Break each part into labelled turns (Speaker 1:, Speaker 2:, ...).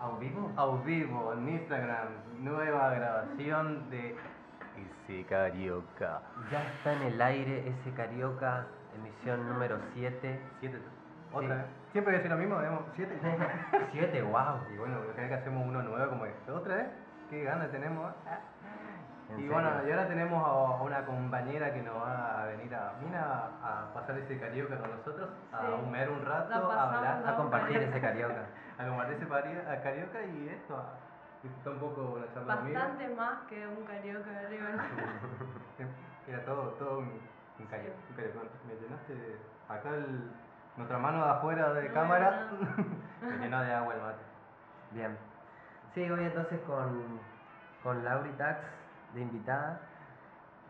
Speaker 1: ¿A vivo?
Speaker 2: Au vivo en Instagram, nueva grabación de ese carioca.
Speaker 1: Ya está en el aire ese carioca, emisión número 7.
Speaker 2: Siete.
Speaker 1: Sí.
Speaker 2: Otra vez. Siempre voy a decir lo mismo, digamos, siete.
Speaker 1: 7, wow.
Speaker 2: y bueno, creo que hacemos uno nuevo como este. Otra vez. Qué ganas tenemos. Ah.
Speaker 1: ¿En
Speaker 2: Y
Speaker 1: serio?
Speaker 2: bueno, y ahora tenemos a a una compañera que nos va a venir a Mina a pasar ese carioca con nosotros, a
Speaker 3: Sí.
Speaker 2: humear un rato,
Speaker 3: La
Speaker 2: a hablar,
Speaker 3: pasamos.
Speaker 1: A compartir ese carioca.
Speaker 2: a compartir ese pari- a carioca y esto, a disfrutar un poco una charla conmigo.
Speaker 3: Bastante más que un carioca de River.
Speaker 2: Era todo, todo un, un cario- un cariocón. Me llenaste acá el- nuestra mano de afuera de
Speaker 3: No,
Speaker 2: cámara. Me llenó de agua el mate.
Speaker 1: Bien. Sí, hoy entonces con, con Lauri Tax de invitada.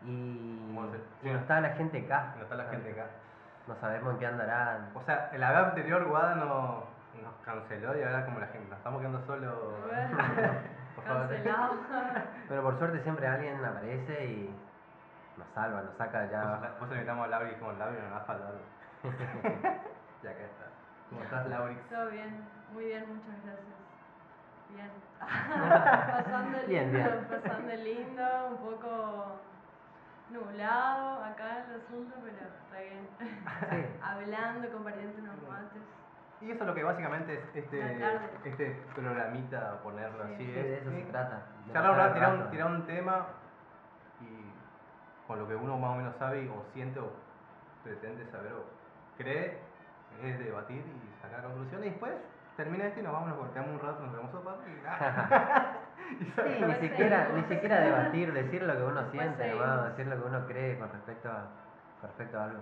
Speaker 1: Y,
Speaker 2: Bueno, sí.
Speaker 1: y no está la gente acá.
Speaker 2: Ah, No está la gente acá.
Speaker 1: No sabemos en qué andarán.
Speaker 2: O sea, la vez anterior Guada no- nos canceló y ahora como la gente, nos estamos quedando solos. Por favor.
Speaker 3: Cancelado.
Speaker 1: Pero por suerte siempre alguien aparece y nos salva, nos saca ya.
Speaker 2: Por eso- Por eso invitamos a Lauri como Lauri no nos ha faltado. y acá está. ¿Cómo estás, Lauri?
Speaker 3: Todo bien, muy bien, muchas gracias. Bien. pasando el
Speaker 1: Bien,
Speaker 3: lindo,
Speaker 1: bien.
Speaker 3: pasando el lindo, un poco nublado acá el asunto, pero está bien.
Speaker 1: Sí.
Speaker 3: Hablando, compartiendo unos mates.
Speaker 2: Y eso es lo que básicamente es este,
Speaker 3: La tarde.
Speaker 2: este programita, ponerlo
Speaker 3: Sí,
Speaker 2: así.
Speaker 1: Sí,
Speaker 2: es,
Speaker 1: de eso se
Speaker 2: es-
Speaker 1: trata. de
Speaker 2: Charlar
Speaker 1: pasar
Speaker 2: un rato,
Speaker 1: el
Speaker 2: tirar un,
Speaker 1: rato.
Speaker 2: tirar un tema y con lo que uno más o menos sabe o siente o pretende saber o cree, es debatir y sacar conclusiones. Y después termina esto y nos vamos, nos golpeamos un rato, nos pegamos sopa y, y sacamos-
Speaker 1: Sí, ni
Speaker 3: Pues
Speaker 1: siquiera, ni
Speaker 3: seguimos.
Speaker 1: siquiera debatir, decir lo que uno
Speaker 3: Pues
Speaker 1: siente,
Speaker 3: seguimos.
Speaker 1: nomás, decir lo que uno cree con respecto a, con respecto a algo.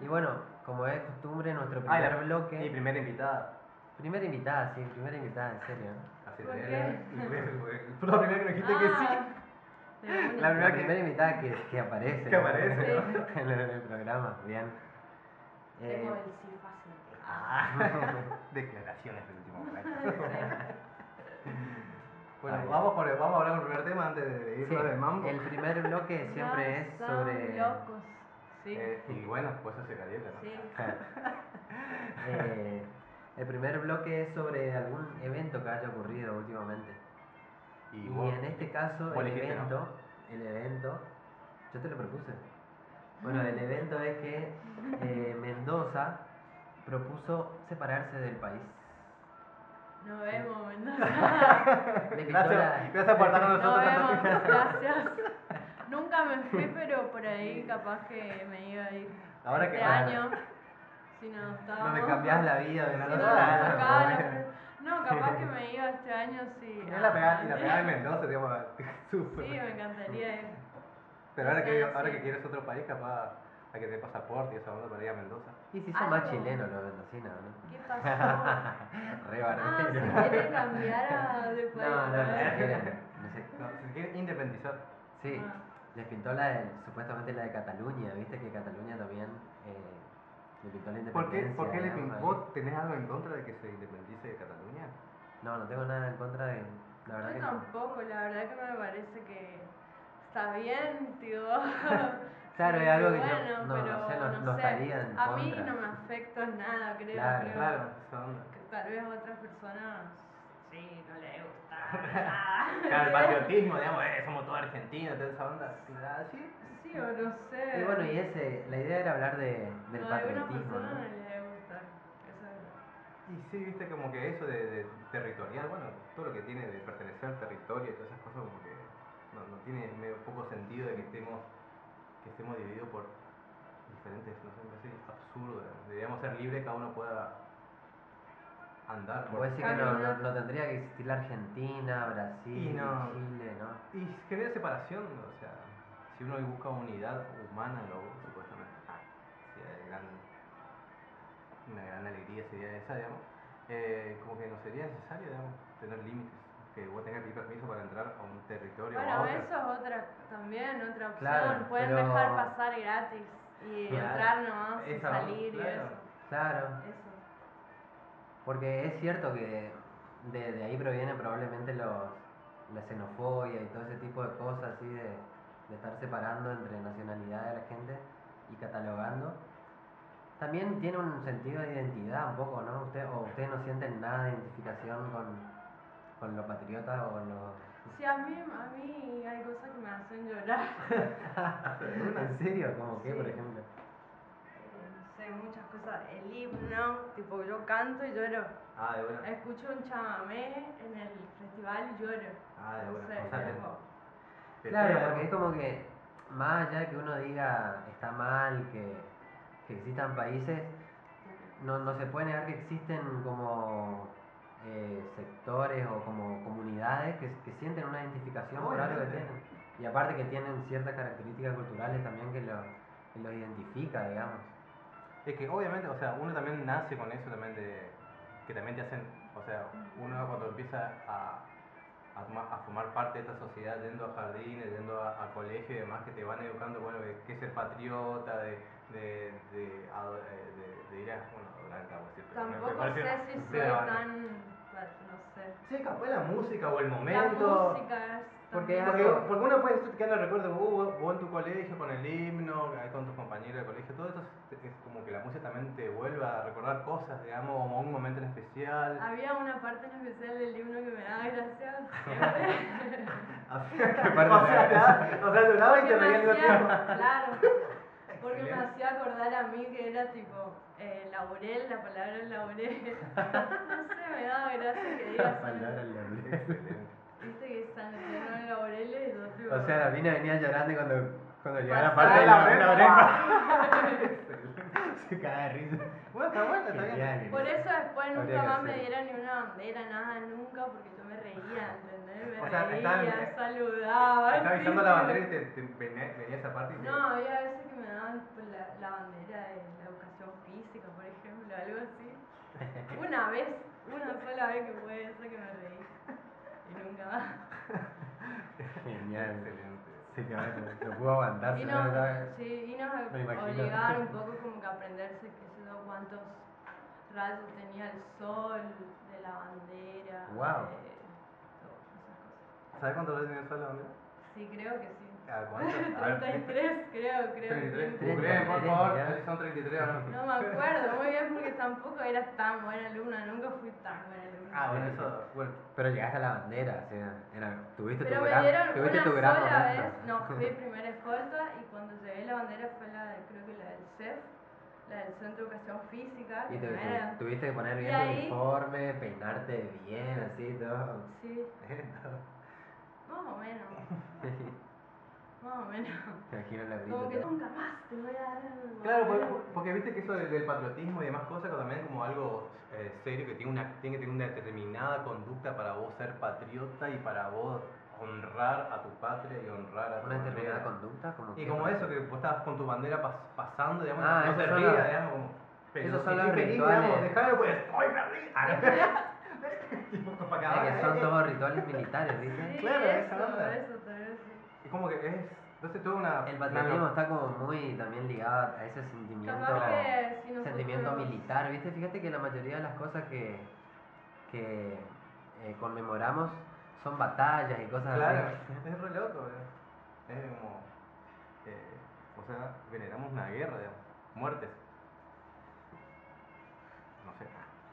Speaker 1: Y bueno, como es costumbre, nuestro
Speaker 2: Ah, y
Speaker 1: primer
Speaker 2: la-
Speaker 1: bloque.
Speaker 2: Mi primera invitada.
Speaker 1: Primera invitada, sí, primera invitada, en serio.
Speaker 2: Así
Speaker 3: ¿Por
Speaker 2: te-
Speaker 3: qué?
Speaker 2: Fue la primera que me dijiste que
Speaker 1: Ah.
Speaker 2: sí.
Speaker 3: sí.
Speaker 1: La
Speaker 2: La primera que,
Speaker 1: primera invitada que, que aparece.
Speaker 2: que aparece. ¿no?
Speaker 1: en el, en el programa, bien. Eh,
Speaker 3: Tengo el sí fácil.
Speaker 1: Ah.
Speaker 2: Declaraciones del último momento.
Speaker 3: Sí.
Speaker 2: Bueno,
Speaker 1: Ay.
Speaker 2: vamos, por el- vamos a hablar del primer tema antes de
Speaker 1: sí,
Speaker 2: irnos del mambo.
Speaker 1: el primer bloque siempre es
Speaker 3: Son
Speaker 1: sobre.
Speaker 3: locos. Sí.
Speaker 2: Eh, y bueno, pues eso se calienta, ¿no?
Speaker 3: Sí.
Speaker 1: Eh, el primer bloque es sobre algún evento que haya ocurrido últimamente.
Speaker 2: Y
Speaker 1: Y
Speaker 2: vos-
Speaker 1: en este caso,
Speaker 2: vos
Speaker 1: el
Speaker 2: elegiste, ¿no?
Speaker 1: evento, el evento, yo te lo propuse. Bueno, el evento es que eh, Mendoza propuso separarse del país.
Speaker 3: Nos vemos, Mendoza.
Speaker 1: Le quitó la-
Speaker 2: Gracias, gracias por estar con
Speaker 3: Nos
Speaker 2: nosotros tanto
Speaker 3: vemos,
Speaker 2: tiempo.
Speaker 3: gracias. Nunca me fui, pero por ahí capaz que me iba a ir.
Speaker 2: Ahora que
Speaker 3: este año, si no
Speaker 1: No
Speaker 3: estábamos.
Speaker 1: me cambiás la vida,
Speaker 2: No,
Speaker 3: si
Speaker 1: Mendoza.
Speaker 3: no nos
Speaker 2: Ah,
Speaker 3: tocaba
Speaker 2: bueno.
Speaker 3: la- No, capaz que me iba este año si.
Speaker 2: No la pegada, y la pegada de Mendoza, digamos,
Speaker 3: Sí,
Speaker 2: súper.
Speaker 3: me encantaría ir.
Speaker 2: Pero ahora que,
Speaker 3: Sí,
Speaker 2: ahora
Speaker 3: sí.
Speaker 2: que quieres otro país, capaz hay que tener pasaporte y esa onda para ir a Mendoza.
Speaker 1: Y si son más
Speaker 3: Algo.
Speaker 1: chilenos los mendocinos, ¿no?
Speaker 3: ¿Qué pasó?
Speaker 1: Re
Speaker 3: Ah,
Speaker 1: barberos.
Speaker 3: se quiere cambiar a de país.
Speaker 1: No, no, no
Speaker 3: Ah,
Speaker 1: se quieren, no sé.
Speaker 2: No, se quiere independizar.
Speaker 1: Sí,
Speaker 3: Ah.
Speaker 1: les pintó la de, supuestamente la de Cataluña, viste que Cataluña también eh, le pintó la
Speaker 2: ¿Por qué,
Speaker 1: independencia.
Speaker 2: por qué le
Speaker 1: digamos,
Speaker 2: pin-
Speaker 1: ahí.
Speaker 2: ¿Vos tenés algo en contra de que se independice de Cataluña?
Speaker 1: No, no tengo nada en contra de. La verdad que
Speaker 3: Yo
Speaker 1: no.
Speaker 3: tampoco, la verdad que me parece que está bien, tío.
Speaker 1: Claro, es
Speaker 3: Sí,
Speaker 1: algo que yo-
Speaker 3: bueno,
Speaker 1: no, no
Speaker 3: pero
Speaker 1: sé, no- no estaría en
Speaker 3: A mí
Speaker 1: contra.
Speaker 3: no me afecta en nada, creo.
Speaker 1: Claro,
Speaker 3: creo
Speaker 2: Claro, esa onda.
Speaker 3: Que tal vez a otras personas sí, no les gusta.
Speaker 2: Claro, el patriotismo, digamos, eh, somos todos argentinos, toda esa onda. Claro, sí.
Speaker 3: Sí, o no sé.
Speaker 1: Y bueno, y ese, la idea era hablar de, del
Speaker 3: No, a algunas
Speaker 1: patriotismo,
Speaker 3: personas
Speaker 1: ¿no?
Speaker 3: no les gusta. Eso es.
Speaker 2: Y sí, viste, como que eso de, de territorial, bueno, todo lo que tiene de pertenecer al territorio y todas esas cosas, como que no, no tiene medio poco sentido de que estemos, que estemos divididos por diferentes, no sé, me parece absurdo. ¿no? Deberíamos ser libres, cada uno pueda andar.
Speaker 1: Puede
Speaker 2: Por...
Speaker 1: decir que no, no, no tendría que existir la Argentina, Brasil,
Speaker 2: Y no.
Speaker 1: Chile, ¿no?
Speaker 2: Y genera separación, ¿no? o sea, si uno busca unidad humana, lo supuestamente. ah, sería de gran, una gran alegría sería esa, digamos. Eh, como que no sería necesario, digamos, tener límites. Que vos tengas que pedir permiso para entrar a un territorio o a
Speaker 3: Bueno,
Speaker 2: otro.
Speaker 3: eso es otra, también otra opción.
Speaker 1: Claro,
Speaker 3: Pueden
Speaker 1: pero-
Speaker 3: dejar pasar gratis y
Speaker 2: Claro.
Speaker 3: entrar nomás y
Speaker 2: Esa-
Speaker 3: salir y
Speaker 2: claro.
Speaker 3: eso.
Speaker 1: Claro,
Speaker 3: Eso.
Speaker 1: porque es cierto que de, de ahí proviene probablemente los, la xenofobia y todo ese tipo de cosas así de, de estar separando entre nacionalidad de la gente y catalogando. También tiene un sentido de identidad un poco, ¿no? Usted, o ustedes no sienten nada de identificación con, con los patriotas o con los...
Speaker 3: Sí, a mí, a mí hay cosas que me hacen llorar.
Speaker 1: ¿En serio? ¿Cómo qué, por
Speaker 3: Sí.
Speaker 1: ejemplo?
Speaker 3: No sé, muchas cosas. El himno, tipo yo canto y lloro.
Speaker 2: Ah, de buena.
Speaker 3: Escucho un chamamé en el festival y lloro.
Speaker 2: Ah, de
Speaker 3: No
Speaker 2: buena.
Speaker 3: sé,
Speaker 2: O sea, te-
Speaker 3: tipo,
Speaker 2: te
Speaker 1: Claro,
Speaker 2: pega,
Speaker 1: porque es
Speaker 2: ¿no?
Speaker 1: como que más allá de que uno diga está mal que, que existan países, no, no se puede negar que existen como eh, sectores o como comunidades que, que sienten una identificación por algo que
Speaker 2: Obviamente.
Speaker 1: tienen. Y aparte que tienen ciertas características culturales también que, lo- que los identifica, digamos.
Speaker 2: Es que obviamente, o sea, uno también nace con eso también de. que también te hacen. O sea, uno cuando empieza a, a, toma- a formar parte de esta sociedad, yendo a jardines, yendo a, a colegio y demás, que te van educando, bueno, de qué es ser patriota, de. de. de, ado- eh, de- de ir a. bueno, adolescente, por decirte, ¿no? Me
Speaker 3: Tampoco
Speaker 2: parece-
Speaker 3: sé si
Speaker 2: sí,
Speaker 3: soy
Speaker 2: vale.
Speaker 3: tan. pues, No sé.
Speaker 2: Sí, capaz la música o el
Speaker 3: La
Speaker 2: momento.
Speaker 3: música es.
Speaker 1: Porque
Speaker 3: también-
Speaker 2: Porque, porque uno puede estar quedando recuerdo, vos, vos- vos en tu colegio, con el himno, ahí con tus compañeros de colegio, todo eso es- es como que la música también te vuelve a recordar cosas, digamos, como un momento en especial.
Speaker 3: Había una parte en especial del himno que me daba gracia.
Speaker 2: Así que, o
Speaker 1: Aparte de la-
Speaker 2: sea, te- o sea, duraba y te
Speaker 3: Porque me
Speaker 2: reías al tiempo.
Speaker 3: hacía, claro, porque me
Speaker 2: Excelente.
Speaker 3: hacía acordar a mí que era tipo eh, laurel, la palabra laurel. No sé, me daba gracia que digas.
Speaker 2: Excelente.
Speaker 3: Viste que están llenos de laureles y yo tipo.
Speaker 1: O sea, la mina venía llorando y cuando, cuando llegaba la
Speaker 3: Pasaba
Speaker 1: parte de
Speaker 2: la
Speaker 1: la
Speaker 2: oreja.
Speaker 1: la oreja. Se cagaba de risa.
Speaker 2: Bueno, está bueno, está bien.
Speaker 1: Genial.
Speaker 3: por eso después
Speaker 1: Habría
Speaker 3: nunca
Speaker 1: que
Speaker 3: más me
Speaker 1: hacer.
Speaker 3: dieron ni una bandera, nada, nunca, porque yo me reía, ¿entendés? Me
Speaker 2: O sea, te estaban-
Speaker 1: eh,
Speaker 3: reía, saludaba.
Speaker 2: Estaba avisando
Speaker 3: tipo.
Speaker 2: la bandera y te, te venía, venía esa parte y te-
Speaker 3: No, había veces que me daban tipo, la, la bandera de la educación física, por ejemplo, algo así. Una vez, una sola vez que fue eso que me reí. Y nunca más.
Speaker 1: Genial.
Speaker 2: Excelente.
Speaker 1: Se cagaba, no, no pudo aguantarse.
Speaker 3: Y
Speaker 1: Ah, no,
Speaker 3: nos,
Speaker 1: no,
Speaker 3: sí, y nos
Speaker 1: Me imagino.
Speaker 3: obligaron un poco como que a aprenderse que sé yo cuántos rayos tenía el sol de la bandera.
Speaker 1: Guau.
Speaker 3: de todas esas cosas.
Speaker 2: ¿Sabes cuánto lo tenía solo la bandera?
Speaker 3: Sí, creo que sí.
Speaker 2: ¿A cuánto? A ver,
Speaker 3: 33, creo, creo.
Speaker 2: 33.
Speaker 3: que-
Speaker 2: Googleen, por favor,
Speaker 1: Mirá.
Speaker 2: son 33 o no.
Speaker 3: No me acuerdo muy bien porque tampoco era tan buena alumna, nunca fui tan buena alumna.
Speaker 2: Ah, bueno, eso, bueno.
Speaker 1: Pero llegaste a la bandera, o sea, era, tuviste
Speaker 3: Pero
Speaker 1: tu
Speaker 3: me
Speaker 1: gran,
Speaker 3: dieron
Speaker 1: tuviste
Speaker 3: una
Speaker 1: tu gran
Speaker 3: sola
Speaker 1: momento.
Speaker 3: vez, no, fui primera escolta y cuando llevé la bandera fue la de, creo que la del CEF, la del Centro de Educación Física,
Speaker 1: Y
Speaker 3: que
Speaker 1: te-
Speaker 3: no
Speaker 1: te-
Speaker 3: era-
Speaker 1: tuviste que poner
Speaker 3: Y
Speaker 1: bien
Speaker 3: ahí-
Speaker 1: tu uniforme, peinarte bien, así, todo.
Speaker 3: Sí, más o menos, más o menos.
Speaker 1: Me imagino la
Speaker 3: Como que
Speaker 1: brisa.
Speaker 3: nunca más te voy a dar el
Speaker 2: Claro, pues,
Speaker 3: modelo.
Speaker 2: porque, porque viste que eso del, del patriotismo y demás cosas que también es como algo eh, serio, que tiene, una, tiene que tener una determinada conducta para vos ser patriota y para vos honrar a tu patria y honrar a tu
Speaker 1: Una determinada
Speaker 2: bandera.
Speaker 1: conducta, como
Speaker 2: Y
Speaker 1: que-
Speaker 2: como eso, que vos estabas con tu bandera pas- pasando, digamos,
Speaker 1: Ah,
Speaker 2: no
Speaker 1: esos
Speaker 2: se
Speaker 1: son
Speaker 2: ría,
Speaker 1: los-
Speaker 2: digamos, como...
Speaker 1: esos son
Speaker 2: si
Speaker 1: los
Speaker 2: estoy
Speaker 1: rituales.
Speaker 2: digamos, Dejame pues, ¡ay, me río! Ah, no. Tipo Copacabana,
Speaker 1: Ah, que son
Speaker 2: eh,
Speaker 1: todos rituales militares, ¿viste?
Speaker 3: Sí,
Speaker 2: claro, esa
Speaker 3: eso,
Speaker 2: onda.
Speaker 3: eso, todo eso.
Speaker 2: Es como que es... Entonces tuve una...
Speaker 1: El
Speaker 2: una-
Speaker 1: patriotismo está como muy también ligado a ese sentimiento,
Speaker 3: Capaz que si nosotros-
Speaker 1: sentimiento militar, ¿viste? Fíjate que la mayoría de las cosas que, que eh, conmemoramos son batallas y cosas
Speaker 2: Claro,
Speaker 1: así.
Speaker 2: es re loco, eh. es como. eh, o sea, veneramos una guerra, digamos, muertes. No sé.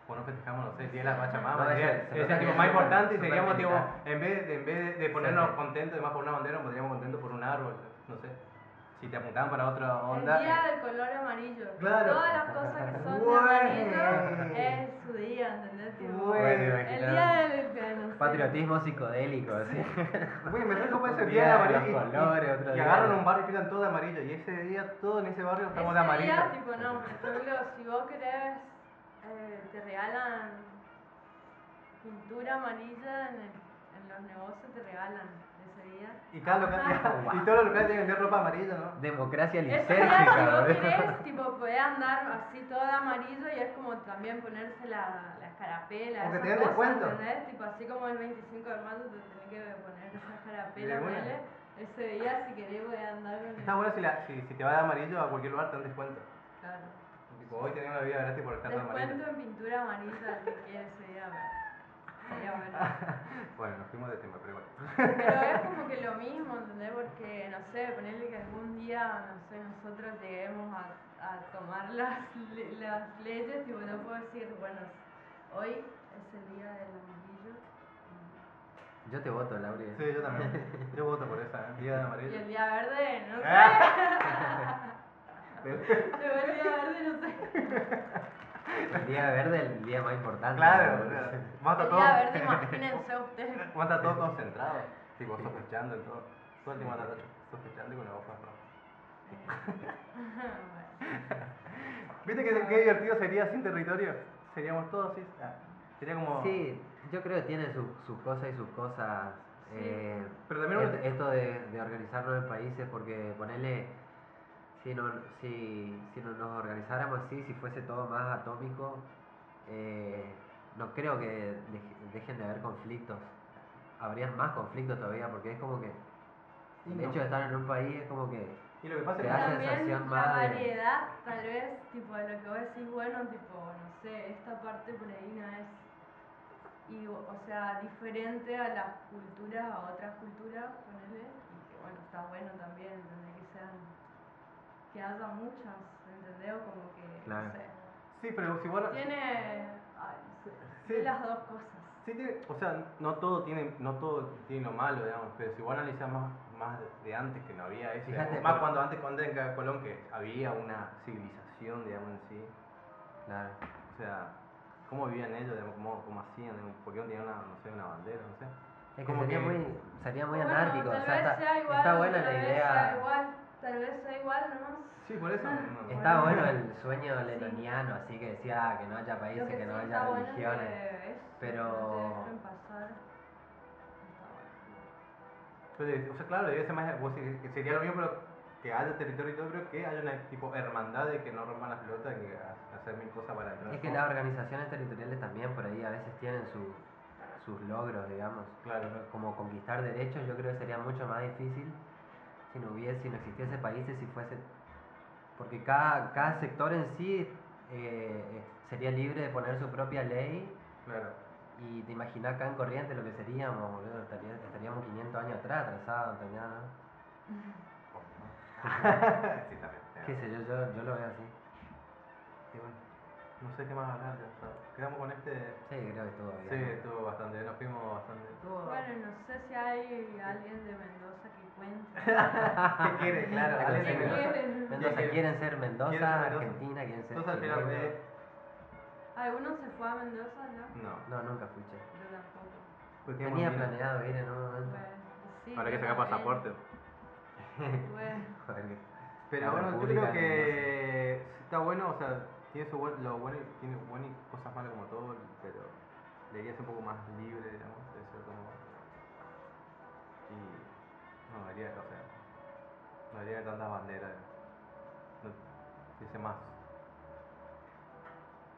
Speaker 2: Bueno, festejamos, no sé, el día de la Pachamama,
Speaker 1: No,
Speaker 2: el día-
Speaker 1: eso- eso
Speaker 2: el día
Speaker 1: también
Speaker 2: tipo
Speaker 1: es
Speaker 2: más
Speaker 1: súper-
Speaker 2: importante y
Speaker 1: súper
Speaker 2: seríamos, tipo,
Speaker 1: militar.
Speaker 2: en vez de, en vez de, de ponernos
Speaker 1: sí.
Speaker 2: contentos, además por una bandera, nos pondríamos contentos por un árbol, no sé. Si te apuntaban para otra onda.
Speaker 3: El día del color amarillo.
Speaker 2: Claro.
Speaker 3: Todas las cosas que son
Speaker 2: Güey.
Speaker 3: de amarillo es su día, ¿entendés? Tipo,
Speaker 2: Güey.
Speaker 1: Bueno,
Speaker 3: El
Speaker 1: imagínate,
Speaker 3: día del de, no sé.
Speaker 1: Patriotismo psicodélico, así.
Speaker 2: Güey, me recuerdo
Speaker 1: Un
Speaker 2: ese
Speaker 1: día
Speaker 2: día de
Speaker 1: de
Speaker 2: amarillo.
Speaker 1: los
Speaker 2: y- y-
Speaker 1: colores, otro
Speaker 2: y
Speaker 1: día
Speaker 2: agarran
Speaker 1: de-
Speaker 2: un barrio y pintan todo de amarillo. Y ese día, todo en ese barrio estamos de
Speaker 3: Ese
Speaker 2: amarillo.
Speaker 3: día, tipo, no, por ejemplo, si vos querés, eh, te regalan pintura amarilla en, el- en los negocios, te regalan ese día.
Speaker 2: Y cada local, y todos los locales tienen que tener ropa amarilla, ¿no?
Speaker 1: Democracia
Speaker 3: Ese día, si
Speaker 1: lisérgica,
Speaker 3: vos
Speaker 1: boludo.
Speaker 3: querés, tipo, podés andar así todo de amarillo y es como también ponerse la, la escarapela.
Speaker 2: O que
Speaker 3: esas
Speaker 2: te den
Speaker 3: cosas,
Speaker 2: descuento.
Speaker 3: ¿entendés? Tipo, así como el 25 de mayo te tenés que poner esa escarapela,
Speaker 2: De una.
Speaker 3: ponele. Ese día, si querés, podés andar con el...
Speaker 2: Está bueno si, la- si, si te vas de amarillo a cualquier lugar te dan descuento.
Speaker 3: Claro.
Speaker 2: Tipo, hoy tenés una vida gratis por estar de amarillo.
Speaker 3: Descuento en pintura amarilla al que quiere ese día. bueno. Sería bueno.
Speaker 2: Bueno, nos fuimos de tema, pero bueno.
Speaker 3: Pero es como que lo mismo, ¿entendés? Porque, no sé, ponerle que algún día, no sé, nosotros lleguemos a, a tomar las, le- las leyes, tipo, no puedo decir, bueno, hoy es el día del amarillo,
Speaker 1: Yo te voto, Lauri.
Speaker 2: Sí, yo también. Yo voto por esa, ¿eh? Día de
Speaker 3: Y el
Speaker 2: amarillo. ¿Eh?
Speaker 3: día verde, no sé.
Speaker 2: Ah. ¿Eh?
Speaker 3: Llegó el día verde, no sé.
Speaker 1: El día verde es el día más importante.
Speaker 2: claro,
Speaker 1: boludo.
Speaker 2: boludo. mata
Speaker 3: El
Speaker 2: todo.
Speaker 3: día verde, imagínense ustedes.
Speaker 2: Mata todo concentrado. Tipo, sospechando y todo. Todo el tiempo anda sospechando y con la voz afuera.
Speaker 3: Eh, Bueno,
Speaker 2: ¿Viste qué, qué divertido sería sin territorio? Seríamos todos así. Ah, sería como.
Speaker 1: Sí, yo creo que tiene sus sus cosas y sus cosas.
Speaker 3: Sí.
Speaker 1: eh,
Speaker 2: Pero también uno-
Speaker 1: et- esto de, de organizarnos en países, porque ponele, si, no, si, si no nos organizáramos así, si fuese todo más atómico, eh, no creo que dej- dejen de haber conflictos. Habrían más conflictos todavía, porque es como que
Speaker 2: Y
Speaker 1: el
Speaker 2: no.
Speaker 1: hecho de estar en un país es como que
Speaker 2: Y lo que pasa
Speaker 1: Te
Speaker 2: es que.
Speaker 1: da
Speaker 3: También la
Speaker 1: sensación más de-
Speaker 3: variedad, tal vez, tipo, de lo que vos decís, bueno, tipo, no sé, esta parte por ahí no es, y, o o sea, diferente a las culturas, a otras culturas, ponele, y que, bueno, está bueno también, ¿entendés? Que sean, que haya muchas, ¿entendés? O como que,
Speaker 1: Claro.
Speaker 3: no sé,
Speaker 2: Sí, pero si vos.
Speaker 3: tiene, ay,
Speaker 2: Sí.
Speaker 3: de las dos cosas.
Speaker 2: Sí tiene- o sea, no todo tiene, no todo tiene lo malo, digamos, pero si vos analizás más, más de antes que no había eso,
Speaker 1: Fíjate,
Speaker 2: digamos, más
Speaker 1: pero-
Speaker 2: cuando antes cuando en Colón que había una civilización, digamos, en sí,
Speaker 1: Claro.
Speaker 2: o sea, cómo vivían ellos, digamos, cómo, cómo hacían, digamos, por qué no tenían una, no sé, una bandera, no sé.
Speaker 1: Es que
Speaker 2: Como
Speaker 1: sería
Speaker 2: que-
Speaker 1: muy, sería muy
Speaker 3: Bueno,
Speaker 1: anárquico.
Speaker 3: tal
Speaker 1: o sea,
Speaker 3: vez
Speaker 1: está,
Speaker 3: sea igual,
Speaker 1: está buena
Speaker 3: tal
Speaker 1: la
Speaker 3: vez sea
Speaker 1: idea.
Speaker 3: igual, tal vez sea igual, ¿no?
Speaker 2: Sí, por eso. no-
Speaker 3: Es-
Speaker 1: Está
Speaker 3: Bueno.
Speaker 1: bueno el sueño letoniano, así que decía ah, que no haya
Speaker 3: Lo
Speaker 1: países,
Speaker 3: que
Speaker 1: que, no haya
Speaker 3: sí está bueno es que
Speaker 1: religiones.
Speaker 3: es,
Speaker 1: pero-
Speaker 3: no te dejan pasar. Está bueno.
Speaker 2: Entonces, o sea, claro, debe ser más, vos decís que sería lo mismo, pero que haya territorio y todo, pero que haya una tipo hermandad de que no rompan las pelotas, de que ha- hacer mil cosas para entrar.
Speaker 1: Es que las organizaciones territoriales también por ahí a veces tienen su- sus logros, digamos.
Speaker 2: Claro.
Speaker 1: Como conquistar derechos, yo creo que sería mucho más difícil si no hubiese, si no existiese países, si fuese. Porque cada, cada sector en sí eh, sería libre de poner su propia ley.
Speaker 2: Claro.
Speaker 1: Y te imaginas acá en corriente lo que seríamos, boludo. Estaría- estaríamos 500 años atrás, atrasados, ¿entendés, no?
Speaker 2: Ah. sí, también.
Speaker 1: Qué sé yo, yo, yo lo veo así.
Speaker 2: Y bueno, no sé qué más hablar, ya está. Quedamos con este.
Speaker 1: Sí, creo que estuvo bien.
Speaker 2: Sí, estuvo bastante, nos fuimos bastante. Todo.
Speaker 3: Bueno, no sé si hay alguien de Mendoza que cuente.
Speaker 2: ¿Qué quiere? Claro,
Speaker 1: Hay que
Speaker 2: alguien
Speaker 1: ser
Speaker 2: de Mendoza.
Speaker 3: quieren?
Speaker 1: Mendoza,
Speaker 2: ¿Quién-
Speaker 1: quieren ser Mendoza,
Speaker 2: quieren ser Mendoza?
Speaker 1: Argentina, quieren ser.
Speaker 2: Entonces al final eh,
Speaker 1: chileno.
Speaker 2: fue.
Speaker 3: ¿Alguno se fue a Mendoza? No,
Speaker 2: No.
Speaker 1: No, nunca fui. che.
Speaker 3: yo tampoco.
Speaker 2: Pues quedamos
Speaker 1: Tenía
Speaker 2: bien.
Speaker 1: planeado ir en un momento.
Speaker 3: Bueno, sí,
Speaker 2: Habrá
Speaker 3: yo
Speaker 2: que sacar
Speaker 3: también.
Speaker 2: pasaporte.
Speaker 3: Bueno,
Speaker 1: Joder, que-
Speaker 2: Pero
Speaker 1: La
Speaker 2: bueno, yo
Speaker 1: República
Speaker 2: creo
Speaker 1: de
Speaker 2: que está bueno, o sea, tiene su buen, lo bueno, y- tiene buenas y cosas malas como todo, pero debería ser un poco más libre, digamos, de ser como. Y no debería, o sea, no debería haber tantas banderas. No, que sea más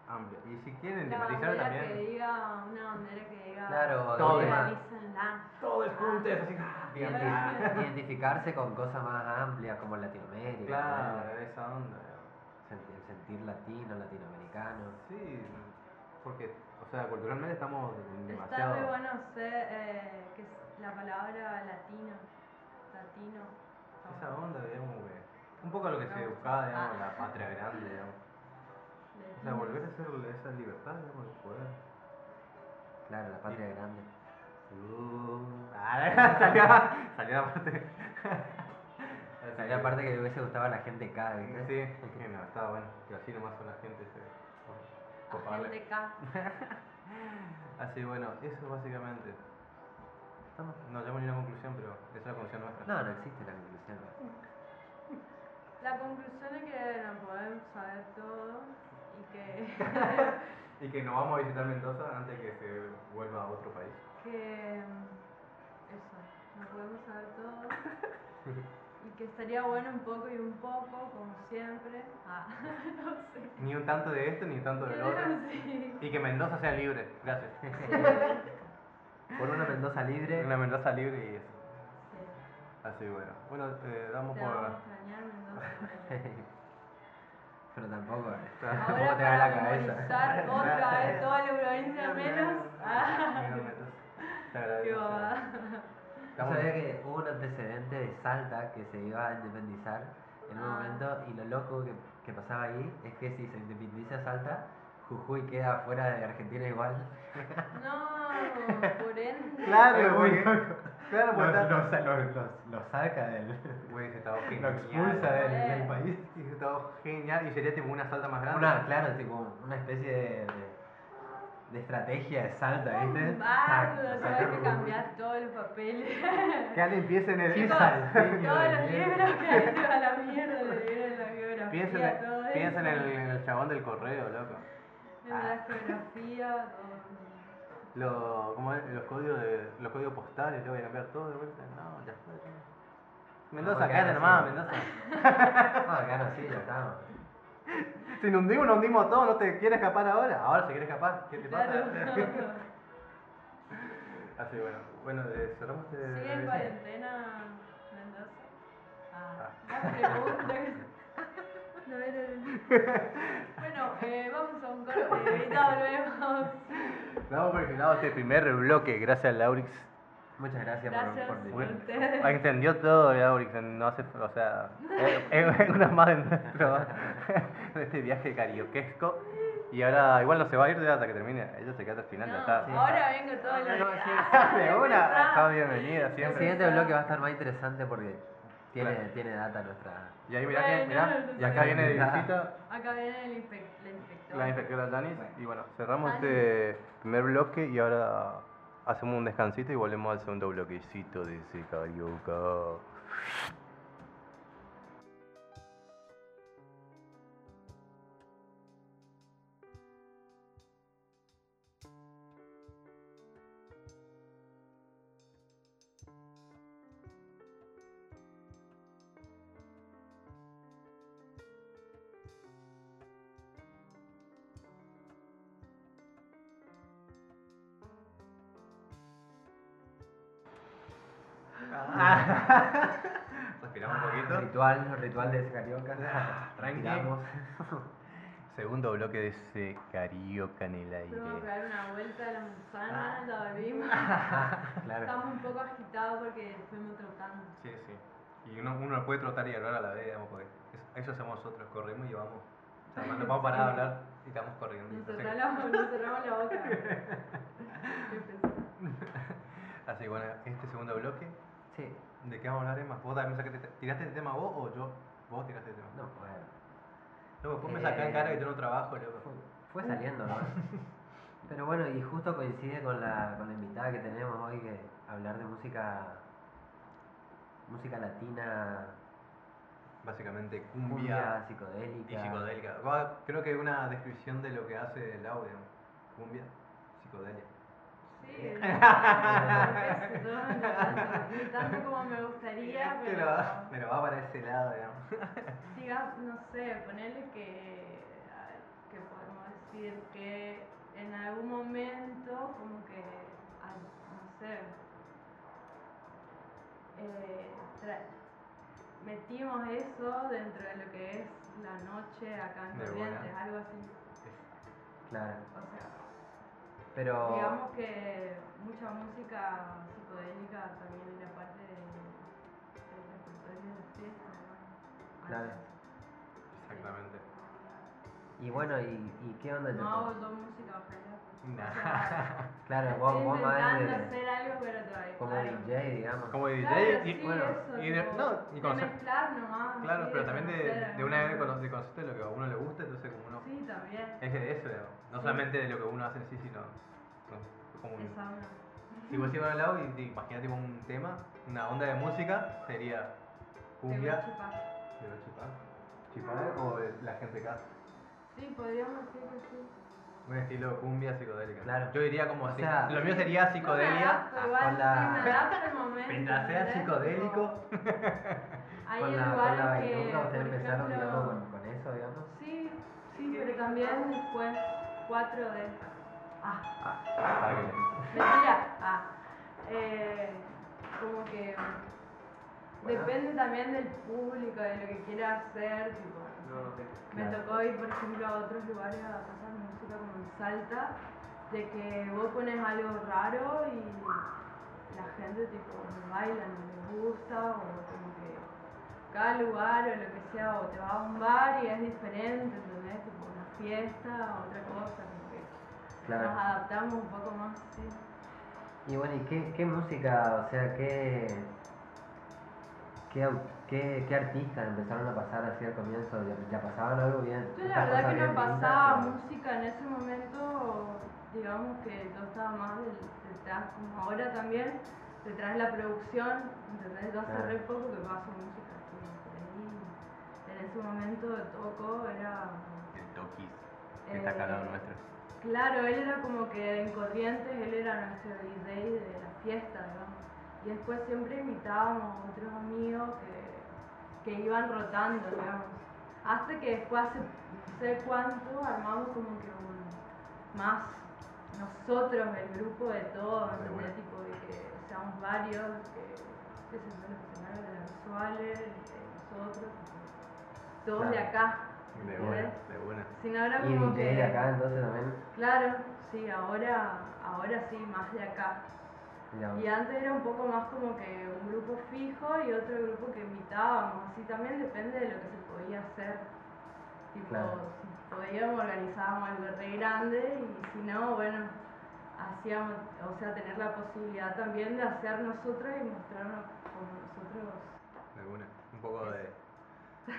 Speaker 2: amplio. Y si quieren
Speaker 3: la
Speaker 2: liberalizar
Speaker 3: bandera que
Speaker 2: también,
Speaker 3: diga, una bandera que diga. ah".
Speaker 1: Claro, de
Speaker 2: Todo.
Speaker 1: última,
Speaker 3: Liberalícenla.
Speaker 2: todos juntos, así, ¡ah! bien,
Speaker 3: Bien.
Speaker 2: ah,
Speaker 1: identi- identificarse con cosas más amplias como Latinoamérica.
Speaker 2: claro,
Speaker 1: ¿no?
Speaker 2: esa onda. digamos.
Speaker 1: Sentir, sentir latino, latinoamericano.
Speaker 2: Sí, porque, o sea, culturalmente estamos
Speaker 3: Está
Speaker 2: demasiado.
Speaker 3: muy bueno sé, eh, que es la palabra latino. Latino. está
Speaker 2: Esa
Speaker 3: bueno.
Speaker 2: onda, digamos, que. Un poco lo que se buscaba, digamos, la patria grande, digamos. O sea,
Speaker 3: Latino.
Speaker 2: volver a hacer esa libertad, digamos, el poder.
Speaker 1: Claro, la patria grande.
Speaker 2: Uh, ah, salió, salió la parte.
Speaker 1: Sería la parte que le hubiese gustado a la gente acá, ¿viste?
Speaker 2: Sí, que no, estaba bueno. Que así nomás son la gente se. coparle.
Speaker 3: Agente K.
Speaker 2: Así bueno, eso básicamente.
Speaker 1: Estamos-
Speaker 2: No llegamos ni a una conclusión, pero esa es la conclusión nuestra.
Speaker 1: No, no existe la conclusión.
Speaker 3: La conclusión es que no podemos saber todo y que,
Speaker 2: Y que nos vamos a visitar Mendoza antes que se vuelva a otro país.
Speaker 3: que mm, eso, no podemos saber todo y que estaría bueno un poco y un poco, como siempre. Ah, no sé.
Speaker 2: Ni un tanto de esto, ni un tanto del otro.
Speaker 3: Sí.
Speaker 2: Y que Mendoza sea libre, gracias.
Speaker 1: Por una Mendoza libre.
Speaker 2: Una Mendoza libre y eso.
Speaker 3: Sí.
Speaker 2: Así bueno. Bueno, eh, damos
Speaker 3: Te vamos a
Speaker 2: por.
Speaker 3: extrañar, Mendoza.
Speaker 1: Pero tampoco. eh.
Speaker 3: Ahora
Speaker 1: te da la
Speaker 3: para
Speaker 1: cabeza.
Speaker 3: memorizar otra vez toda la provincia menos. Ah,
Speaker 2: Te
Speaker 3: qué
Speaker 2: agradezco.
Speaker 3: bobada.
Speaker 1: Yo
Speaker 2: Estamos-
Speaker 1: sabía que hubo un antecedente de Salta que se iba a independizar en un
Speaker 3: Ah.
Speaker 1: momento y lo loco que, que pasaba ahí es que si se independiza Salta, Jujuy queda fuera de Argentina igual.
Speaker 3: No, por ende.
Speaker 2: Es
Speaker 4: Claro,
Speaker 2: muy
Speaker 4: güey.
Speaker 2: loco. Claro,
Speaker 4: Los,
Speaker 2: porque está-
Speaker 4: los, los, los- los saca del.
Speaker 2: Güey, ese estado
Speaker 4: Lo
Speaker 2: genial.
Speaker 4: expulsa del, del
Speaker 3: Eh.
Speaker 4: país.
Speaker 2: Ese estado genial y sería tipo una salta más grande.
Speaker 1: Una, claro, tipo, una especie de, de- de estrategia de salta, ¿viste? Ah, Tac,
Speaker 3: Bardo,
Speaker 1: saca
Speaker 3: tengo que
Speaker 1: un-
Speaker 3: cambiar todos los papeles.
Speaker 2: Que alguien empiece en el.
Speaker 3: Chicos,
Speaker 1: salteño de
Speaker 3: Todos
Speaker 1: mierda.
Speaker 3: los libros que hay a la mierda, los libros de la geografía,
Speaker 2: Piensa en,
Speaker 3: todo
Speaker 2: el, piensa en,
Speaker 3: eso.
Speaker 2: el, Ah. en el chabón del correo, loco.
Speaker 3: En la geografía, todo.
Speaker 2: Lo, ¿cómo es? Los, códigos de, los códigos postales, lo voy a cambiar todo de vuelta. No, ya fue. ya. Mendoza,
Speaker 1: porque
Speaker 2: quédate
Speaker 1: ahora
Speaker 2: nomás,
Speaker 1: sí.
Speaker 2: Mendoza.
Speaker 1: Ah, acá no, sí, ya está.
Speaker 2: Si nos hundimos, nos hundimos todos, no te quieres escapar ahora. Ahora se quiere escapar, ¿qué te pasa?
Speaker 3: Claro.
Speaker 2: Así, bueno, bueno, eh, cerramos este.
Speaker 3: ¿Sigue en
Speaker 2: este-
Speaker 3: cuarentena Mendoza? Ah, la pregunta que- No era el- Bueno, eh, vamos a un corte, ahorita volvemos.
Speaker 2: Nos hemos perfilado este primer bloque, gracias a Laurix.
Speaker 1: Muchas gracias,
Speaker 3: Gracias
Speaker 1: por, por
Speaker 3: a ustedes.
Speaker 2: Extendió todo, Laurix, no hace. O sea, es- es una más de nuestro. de este viaje carioquesco. Y ahora, igual no se va a ir de hasta que termine. Ella se queda hasta el final, ya
Speaker 3: No,
Speaker 2: está. Ah,
Speaker 3: ahora vengo todo el
Speaker 1: No, sí,
Speaker 2: De una, está bienvenida
Speaker 1: El
Speaker 2: siempre.
Speaker 1: siguiente bloque va a estar más interesante porque tiene,
Speaker 2: Claro.
Speaker 1: tiene data nuestra.
Speaker 2: Y ahí mirá, que-
Speaker 3: Bueno,
Speaker 2: mirá,
Speaker 3: no
Speaker 2: y acá
Speaker 1: sé.
Speaker 2: viene de visita.
Speaker 3: Acá viene el inspec- la inspectora.
Speaker 2: La inspectora Janis. Y bueno, cerramos
Speaker 3: Janis.
Speaker 2: este primer bloque y ahora hacemos un descansito y volvemos al segundo bloquecito de ese carioca.
Speaker 1: Ah.
Speaker 2: Respiramos un poquito. Ah,
Speaker 1: Ritual, ritual de ese carioca.
Speaker 2: Tranqui.
Speaker 1: Respiramos.
Speaker 2: Segundo bloque de ese carioca en el
Speaker 3: Fuimos a
Speaker 2: aire.
Speaker 3: dar una vuelta a la manzana,
Speaker 2: Ah.
Speaker 3: la volvimos.
Speaker 1: Claro.
Speaker 3: Estamos un poco agitados porque fuimos trotando.
Speaker 2: Sí, sí. Y uno, uno puede trotar y hablar a la vez, digamos, porque eso, eso hacemos nosotros, corremos y vamos. O sea, no vamos a parar de hablar y estamos corriendo.
Speaker 3: Nos
Speaker 2: Así-
Speaker 3: cerramos, nos cerramos la boca. Qué pesado.
Speaker 2: Así que bueno, este segundo bloque,
Speaker 1: Sí.
Speaker 2: ¿de qué vamos a hablar es más? ¿Vos también sacaste, tiraste el tema vos o yo? Vos tiraste el tema.
Speaker 1: No, bueno.
Speaker 2: Luego, vos me sacás en cara que yo no trabajo,
Speaker 1: Fue,
Speaker 2: loco.
Speaker 1: fue saliendo, ¿no? Pero bueno, y justo coincide con la, con la invitada que tenemos hoy, que hablar de música música latina,
Speaker 2: Básicamente cumbia,
Speaker 1: cumbia, psicodélica.
Speaker 2: y psicodélica. Va, Creo que es una descripción de lo que hace el audio. Cumbia, psicodelia.
Speaker 3: Sí, empecé todo en la- ni tanto como me gustaría,
Speaker 2: Te Este lo
Speaker 3: pero
Speaker 2: va- me lo va para ese lado, digamos.
Speaker 3: diga, no sé, ponerle que, a ver, que podemos decir que en algún momento como que, al- no sé, eh, tra- metimos eso dentro de lo que es la noche acá en
Speaker 2: De
Speaker 3: Corrientes,
Speaker 2: buena.
Speaker 3: algo así,
Speaker 1: Claro.
Speaker 3: o sea.
Speaker 1: Pero
Speaker 3: Digamos que mucha música psicodélica también era parte de, del repertorio de las fiestas. ¿no?
Speaker 1: Claro.
Speaker 2: Exactamente.
Speaker 1: y bueno, y, y qué onda
Speaker 3: No
Speaker 1: YouTube?
Speaker 3: hago yo música, ojalá. O sea,
Speaker 2: Nah.
Speaker 1: Claro, vos,
Speaker 3: Estoy
Speaker 1: vos más
Speaker 3: intentando
Speaker 1: de,
Speaker 3: hacer algo, pero todavía.
Speaker 1: como
Speaker 3: claro.
Speaker 1: DJ, digamos.
Speaker 2: Como DJ
Speaker 3: Claro,
Speaker 2: y,
Speaker 3: sí,
Speaker 2: bueno,
Speaker 3: eso,
Speaker 2: y de,
Speaker 3: tipo,
Speaker 2: no, y
Speaker 3: de
Speaker 2: conocer-
Speaker 3: mezclar nomás.
Speaker 2: Claro,
Speaker 3: sí,
Speaker 2: pero también de,
Speaker 3: conocer,
Speaker 2: de una vez
Speaker 3: ¿no?
Speaker 2: conocer, de lo que a uno le gusta, entonces como uno...
Speaker 3: Sí, también.
Speaker 2: Es de eso, digamos. No
Speaker 3: Sí.
Speaker 2: solamente de lo que uno hace en sí, sino... no, como un-
Speaker 3: Esa onda.
Speaker 2: Si vos ibas al lado y te imaginas tipo un tema, una onda de música, sería
Speaker 3: Te voy
Speaker 2: cumbia...
Speaker 3: a chupar.
Speaker 2: ¿Pero chipar? ¿Chipar o de la gente acá?
Speaker 3: Sí, podríamos decir que sí.
Speaker 2: Un estilo cumbia psicodélica.
Speaker 1: Claro.
Speaker 2: Yo diría como
Speaker 1: O
Speaker 2: así.
Speaker 1: sea,
Speaker 2: lo mío sería
Speaker 3: No me
Speaker 2: psicodelia. Ah,
Speaker 3: adapto, igual,
Speaker 1: con la-
Speaker 3: sí, me adapto al momento.
Speaker 2: Mientras sea
Speaker 3: ¿entendés?
Speaker 2: psicodélico.
Speaker 3: Hay
Speaker 1: con la, con la
Speaker 3: lugares que,
Speaker 1: bailuca
Speaker 3: por
Speaker 1: ustedes empezaron
Speaker 3: ejemplo,
Speaker 1: digamos, con, con eso, digamos.
Speaker 3: Sí, sí, pero también fue 4D. Ah,
Speaker 2: Ah, está bien.
Speaker 3: mentira. Ah, eh, como que
Speaker 1: Bueno.
Speaker 3: depende también del público, de lo que quiera hacer. Tipo, me
Speaker 1: Claro.
Speaker 3: tocó ir, por ejemplo, a otros lugares a pasar música como en Salta, de que vos pones algo raro y la gente tipo no baila, no les gusta, o como que cada lugar o lo que sea, o te vas a un bar y es diferente, ¿entendés? Tipo una fiesta, otra cosa, como que
Speaker 1: Claro.
Speaker 3: nos adaptamos un poco más, sí.
Speaker 1: Y bueno, ¿y qué, qué música, o sea, qué, qué, au- qué, qué artistas empezaron a pasar así al comienzo? ¿Ya, ya pasaban algo bien?
Speaker 3: Yo la
Speaker 1: Estas cosas
Speaker 3: verdad que no
Speaker 1: bien lindas,
Speaker 3: pasaba
Speaker 1: o-
Speaker 3: música en ese momento, digamos que yo estaba más del- detrás, como ahora también, detrás de la producción, ¿entendés? Yo hace
Speaker 1: Claro.
Speaker 3: re poco que paso música, como por ahí. En ese momento Toco era...
Speaker 2: El Tokis, que
Speaker 3: eh,
Speaker 2: está acá al lado nuestro.
Speaker 3: Claro, él era como que en Corrientes, él era nuestro DJ de la fiesta, digamos. Y después siempre invitábamos a otros amigos que, que iban rotando, digamos. Hasta que después, hace no sé cuánto, armamos como que un, más nosotros, el grupo de todos,
Speaker 2: De
Speaker 3: ¿entendés?
Speaker 2: buena.
Speaker 3: tipo de que seamos varios, que, que se son los profesionales de las visuales, de nosotros, todos de
Speaker 1: Claro.
Speaker 3: acá.
Speaker 2: De
Speaker 3: ¿entendés?
Speaker 2: buena, de buena.
Speaker 3: Sin ahora
Speaker 1: Y
Speaker 3: como
Speaker 1: DJ
Speaker 3: que-
Speaker 1: de acá entonces también.
Speaker 3: Claro, sí, ahora, ahora sí, más de acá.
Speaker 1: mira vos.
Speaker 3: Y antes era un poco más como que un grupo fijo y otro grupo que invitábamos. Así también depende de lo que se podía hacer. Tipo,
Speaker 1: Claro.
Speaker 3: si podíamos organizábamos algo re grande y si no, bueno, hacíamos, o sea, tener la posibilidad también de hacer nosotros y mostrarnos como nosotros.
Speaker 2: de alguna, un poco de,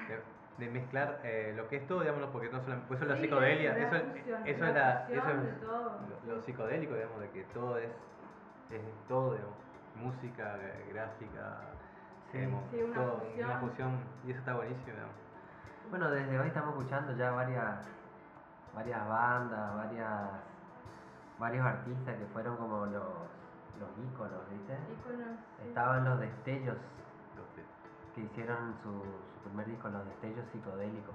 Speaker 2: de, de mezclar eh, lo que es todo, digámoslo, porque no solamente, pues eso es la
Speaker 3: Sí,
Speaker 2: psicodelia,
Speaker 3: la
Speaker 2: eso, es-
Speaker 3: fusión,
Speaker 2: eso
Speaker 3: la
Speaker 2: es la,
Speaker 3: fusión
Speaker 2: eso es
Speaker 3: de todo.
Speaker 2: lo, lo psicodélico, digamos, de que todo es, es todo, digamos, música, eh, gráfica,
Speaker 1: Sí.
Speaker 2: digamos,
Speaker 3: Sí, una
Speaker 2: todo,
Speaker 3: fusión.
Speaker 2: una fusión, y eso está buenísimo, digamos.
Speaker 1: Bueno, desde hoy estamos escuchando ya varias, varias bandas, varias, varios artistas que fueron como los, los íconos, ¿viste?
Speaker 3: Íconos, sí.
Speaker 1: Estaban los destellos
Speaker 2: Los de-
Speaker 1: que hicieron su, su primer disco, los destellos psicodélicos.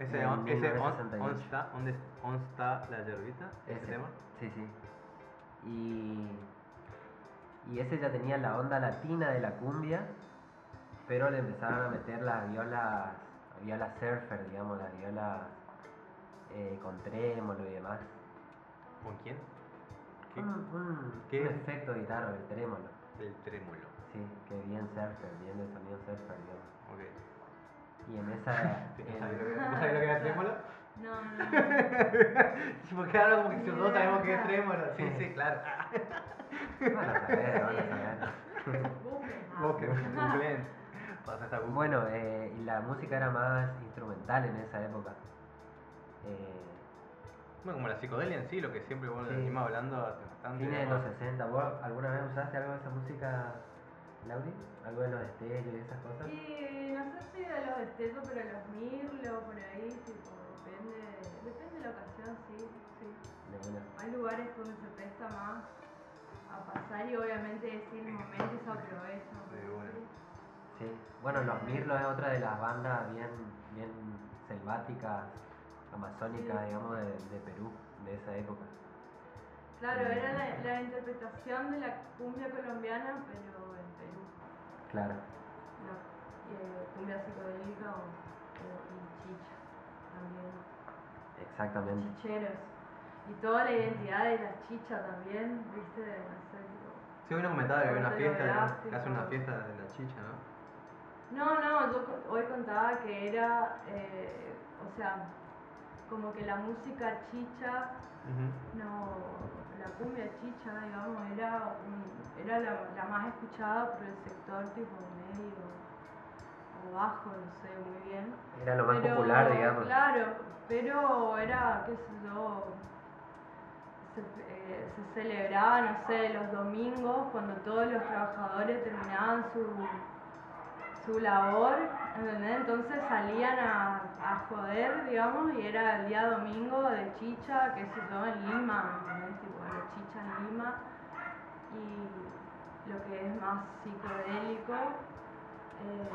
Speaker 2: Ese,
Speaker 1: En
Speaker 2: on, ese on,
Speaker 1: 1968.
Speaker 2: on está, ¿dónde es- on está la yerbita? Ese,
Speaker 1: Ese.
Speaker 2: ¿Este tema.
Speaker 1: Sí, sí. Y, y ese ya tenía la onda latina de la cumbia, pero le empezaron a meter las violas, violas surfer, digamos, las violas eh, con trémolo y demás.
Speaker 2: ¿Con quién? ¿Qué?
Speaker 1: Un, un-
Speaker 2: ¿Qué?
Speaker 1: un efecto de guitarra, el trémolo.
Speaker 2: El trémolo.
Speaker 1: Sí, que bien surfer, bien de sonido surfer, digamos.
Speaker 2: Ok.
Speaker 1: Y en esa...
Speaker 2: ¿Vos sabés
Speaker 1: en-
Speaker 2: lo que- vos sabés lo que era trémolo?
Speaker 3: No, no, no.
Speaker 2: Porque ahora como que si nosotros sabemos que es trémolo. Sí, sí, claro.
Speaker 1: van a saber, van a saber.
Speaker 3: Busquen, ah.
Speaker 2: Vos que googleen. Pasa esta Google.
Speaker 1: Bueno, eh, y la música era más instrumental en esa época. Eh,
Speaker 2: Bueno, como la psicodelia en sí, lo que siempre vos
Speaker 1: Sí.
Speaker 2: venimos hablando hace bastante.
Speaker 1: Fines de
Speaker 2: digamos.
Speaker 1: los 60, ¿vos alguna vez usaste algo de esa música, Lauri? ¿Algo de los destellos y esas cosas?
Speaker 3: Y no sé si de los destellos, pero los mirlo, por ahí, tipo, depende, depende de la ocasión, sí, sí.
Speaker 1: De una.
Speaker 3: Hay lugares donde se presta más a pasar y obviamente es el momento y se aprovecha.
Speaker 2: Sí, bueno.
Speaker 1: Sí. Bueno, Los Mirlos es otra de las bandas bien, bien selváticas, amazónicas,
Speaker 3: Sí.
Speaker 1: digamos, de, de Perú, de esa época.
Speaker 3: Claro, era la, la interpretación de la cumbia colombiana, pero en Perú,
Speaker 1: Claro.
Speaker 3: no. Eh, cumbia psicodélica o, o- y chicha también.
Speaker 1: Exactamente.
Speaker 3: chicheros. Y toda la identidad de la chicha también, viste, de no sé, tipo,
Speaker 2: Sí, uno comentaba que había una
Speaker 3: Arte
Speaker 2: fiesta,
Speaker 3: gráfico.
Speaker 2: que hace una fiesta de la chicha, ¿no?
Speaker 3: No, no, yo co- hoy contaba que era, eh, o sea, como que la música chicha, no, la cumbia chicha, digamos, era, un- era la, la más escuchada por el sector tipo medio o bajo, no sé muy bien.
Speaker 1: Era lo más popular, digamos.
Speaker 3: Claro, pero era, qué sé yo, se, eh, se celebraba, no sé, los domingos cuando todos los trabajadores terminaban su, su labor, ¿entendés? Entonces salían a, a joder, digamos, y era el día domingo de chicha, qué sé yo, en Lima, ¿entendés? Tipo, la chicha en Lima y lo que es más psicodélico. eh,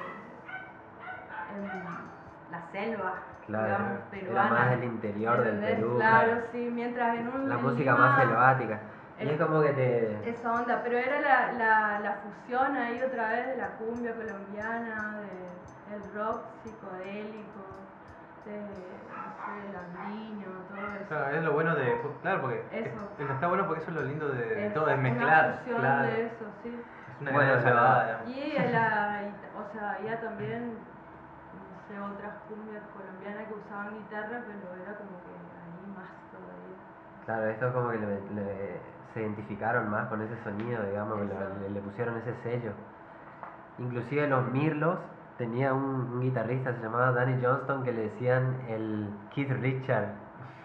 Speaker 3: en, la selva,
Speaker 1: Claro,
Speaker 3: digamos,
Speaker 1: era
Speaker 3: peruana.
Speaker 1: más del interior del
Speaker 3: ¿entendés?
Speaker 1: Perú,
Speaker 3: Claro,
Speaker 1: claro.
Speaker 3: sí, mientras en un.
Speaker 1: La
Speaker 3: en
Speaker 1: música
Speaker 3: Lima,
Speaker 1: más selvática. Y
Speaker 3: el-
Speaker 1: es como que te...
Speaker 3: Esa onda, pero era la, la, la fusión ahí otra vez de la cumbia colombiana, de, del rock psicodélico, de, no sé, el andino, todo eso.
Speaker 2: Claro, es lo bueno de. Claro, porque.
Speaker 3: Eso.
Speaker 2: es- está bueno porque eso es lo lindo de, de
Speaker 3: Es
Speaker 2: todo, es
Speaker 3: una
Speaker 2: mezclar.
Speaker 3: fusión
Speaker 2: Claro.
Speaker 3: de eso, sí.
Speaker 2: Es una
Speaker 1: Bueno,
Speaker 2: gran
Speaker 1: es verdad.
Speaker 2: ensalada, digamos.
Speaker 3: Y a la, y- o sea, había también, no sé, otras cumbias colombianas que usaban guitarra, pero era como que ahí más todavía.
Speaker 1: Claro, esto es como que le, le- se identificaron más con ese sonido, digamos, que lo-
Speaker 3: Eso.
Speaker 1: le, le pusieron ese sello. Inclusive los Mirlos tenía un, un guitarrista, se llamaba Danny Johnston, que le decían el Keith Richard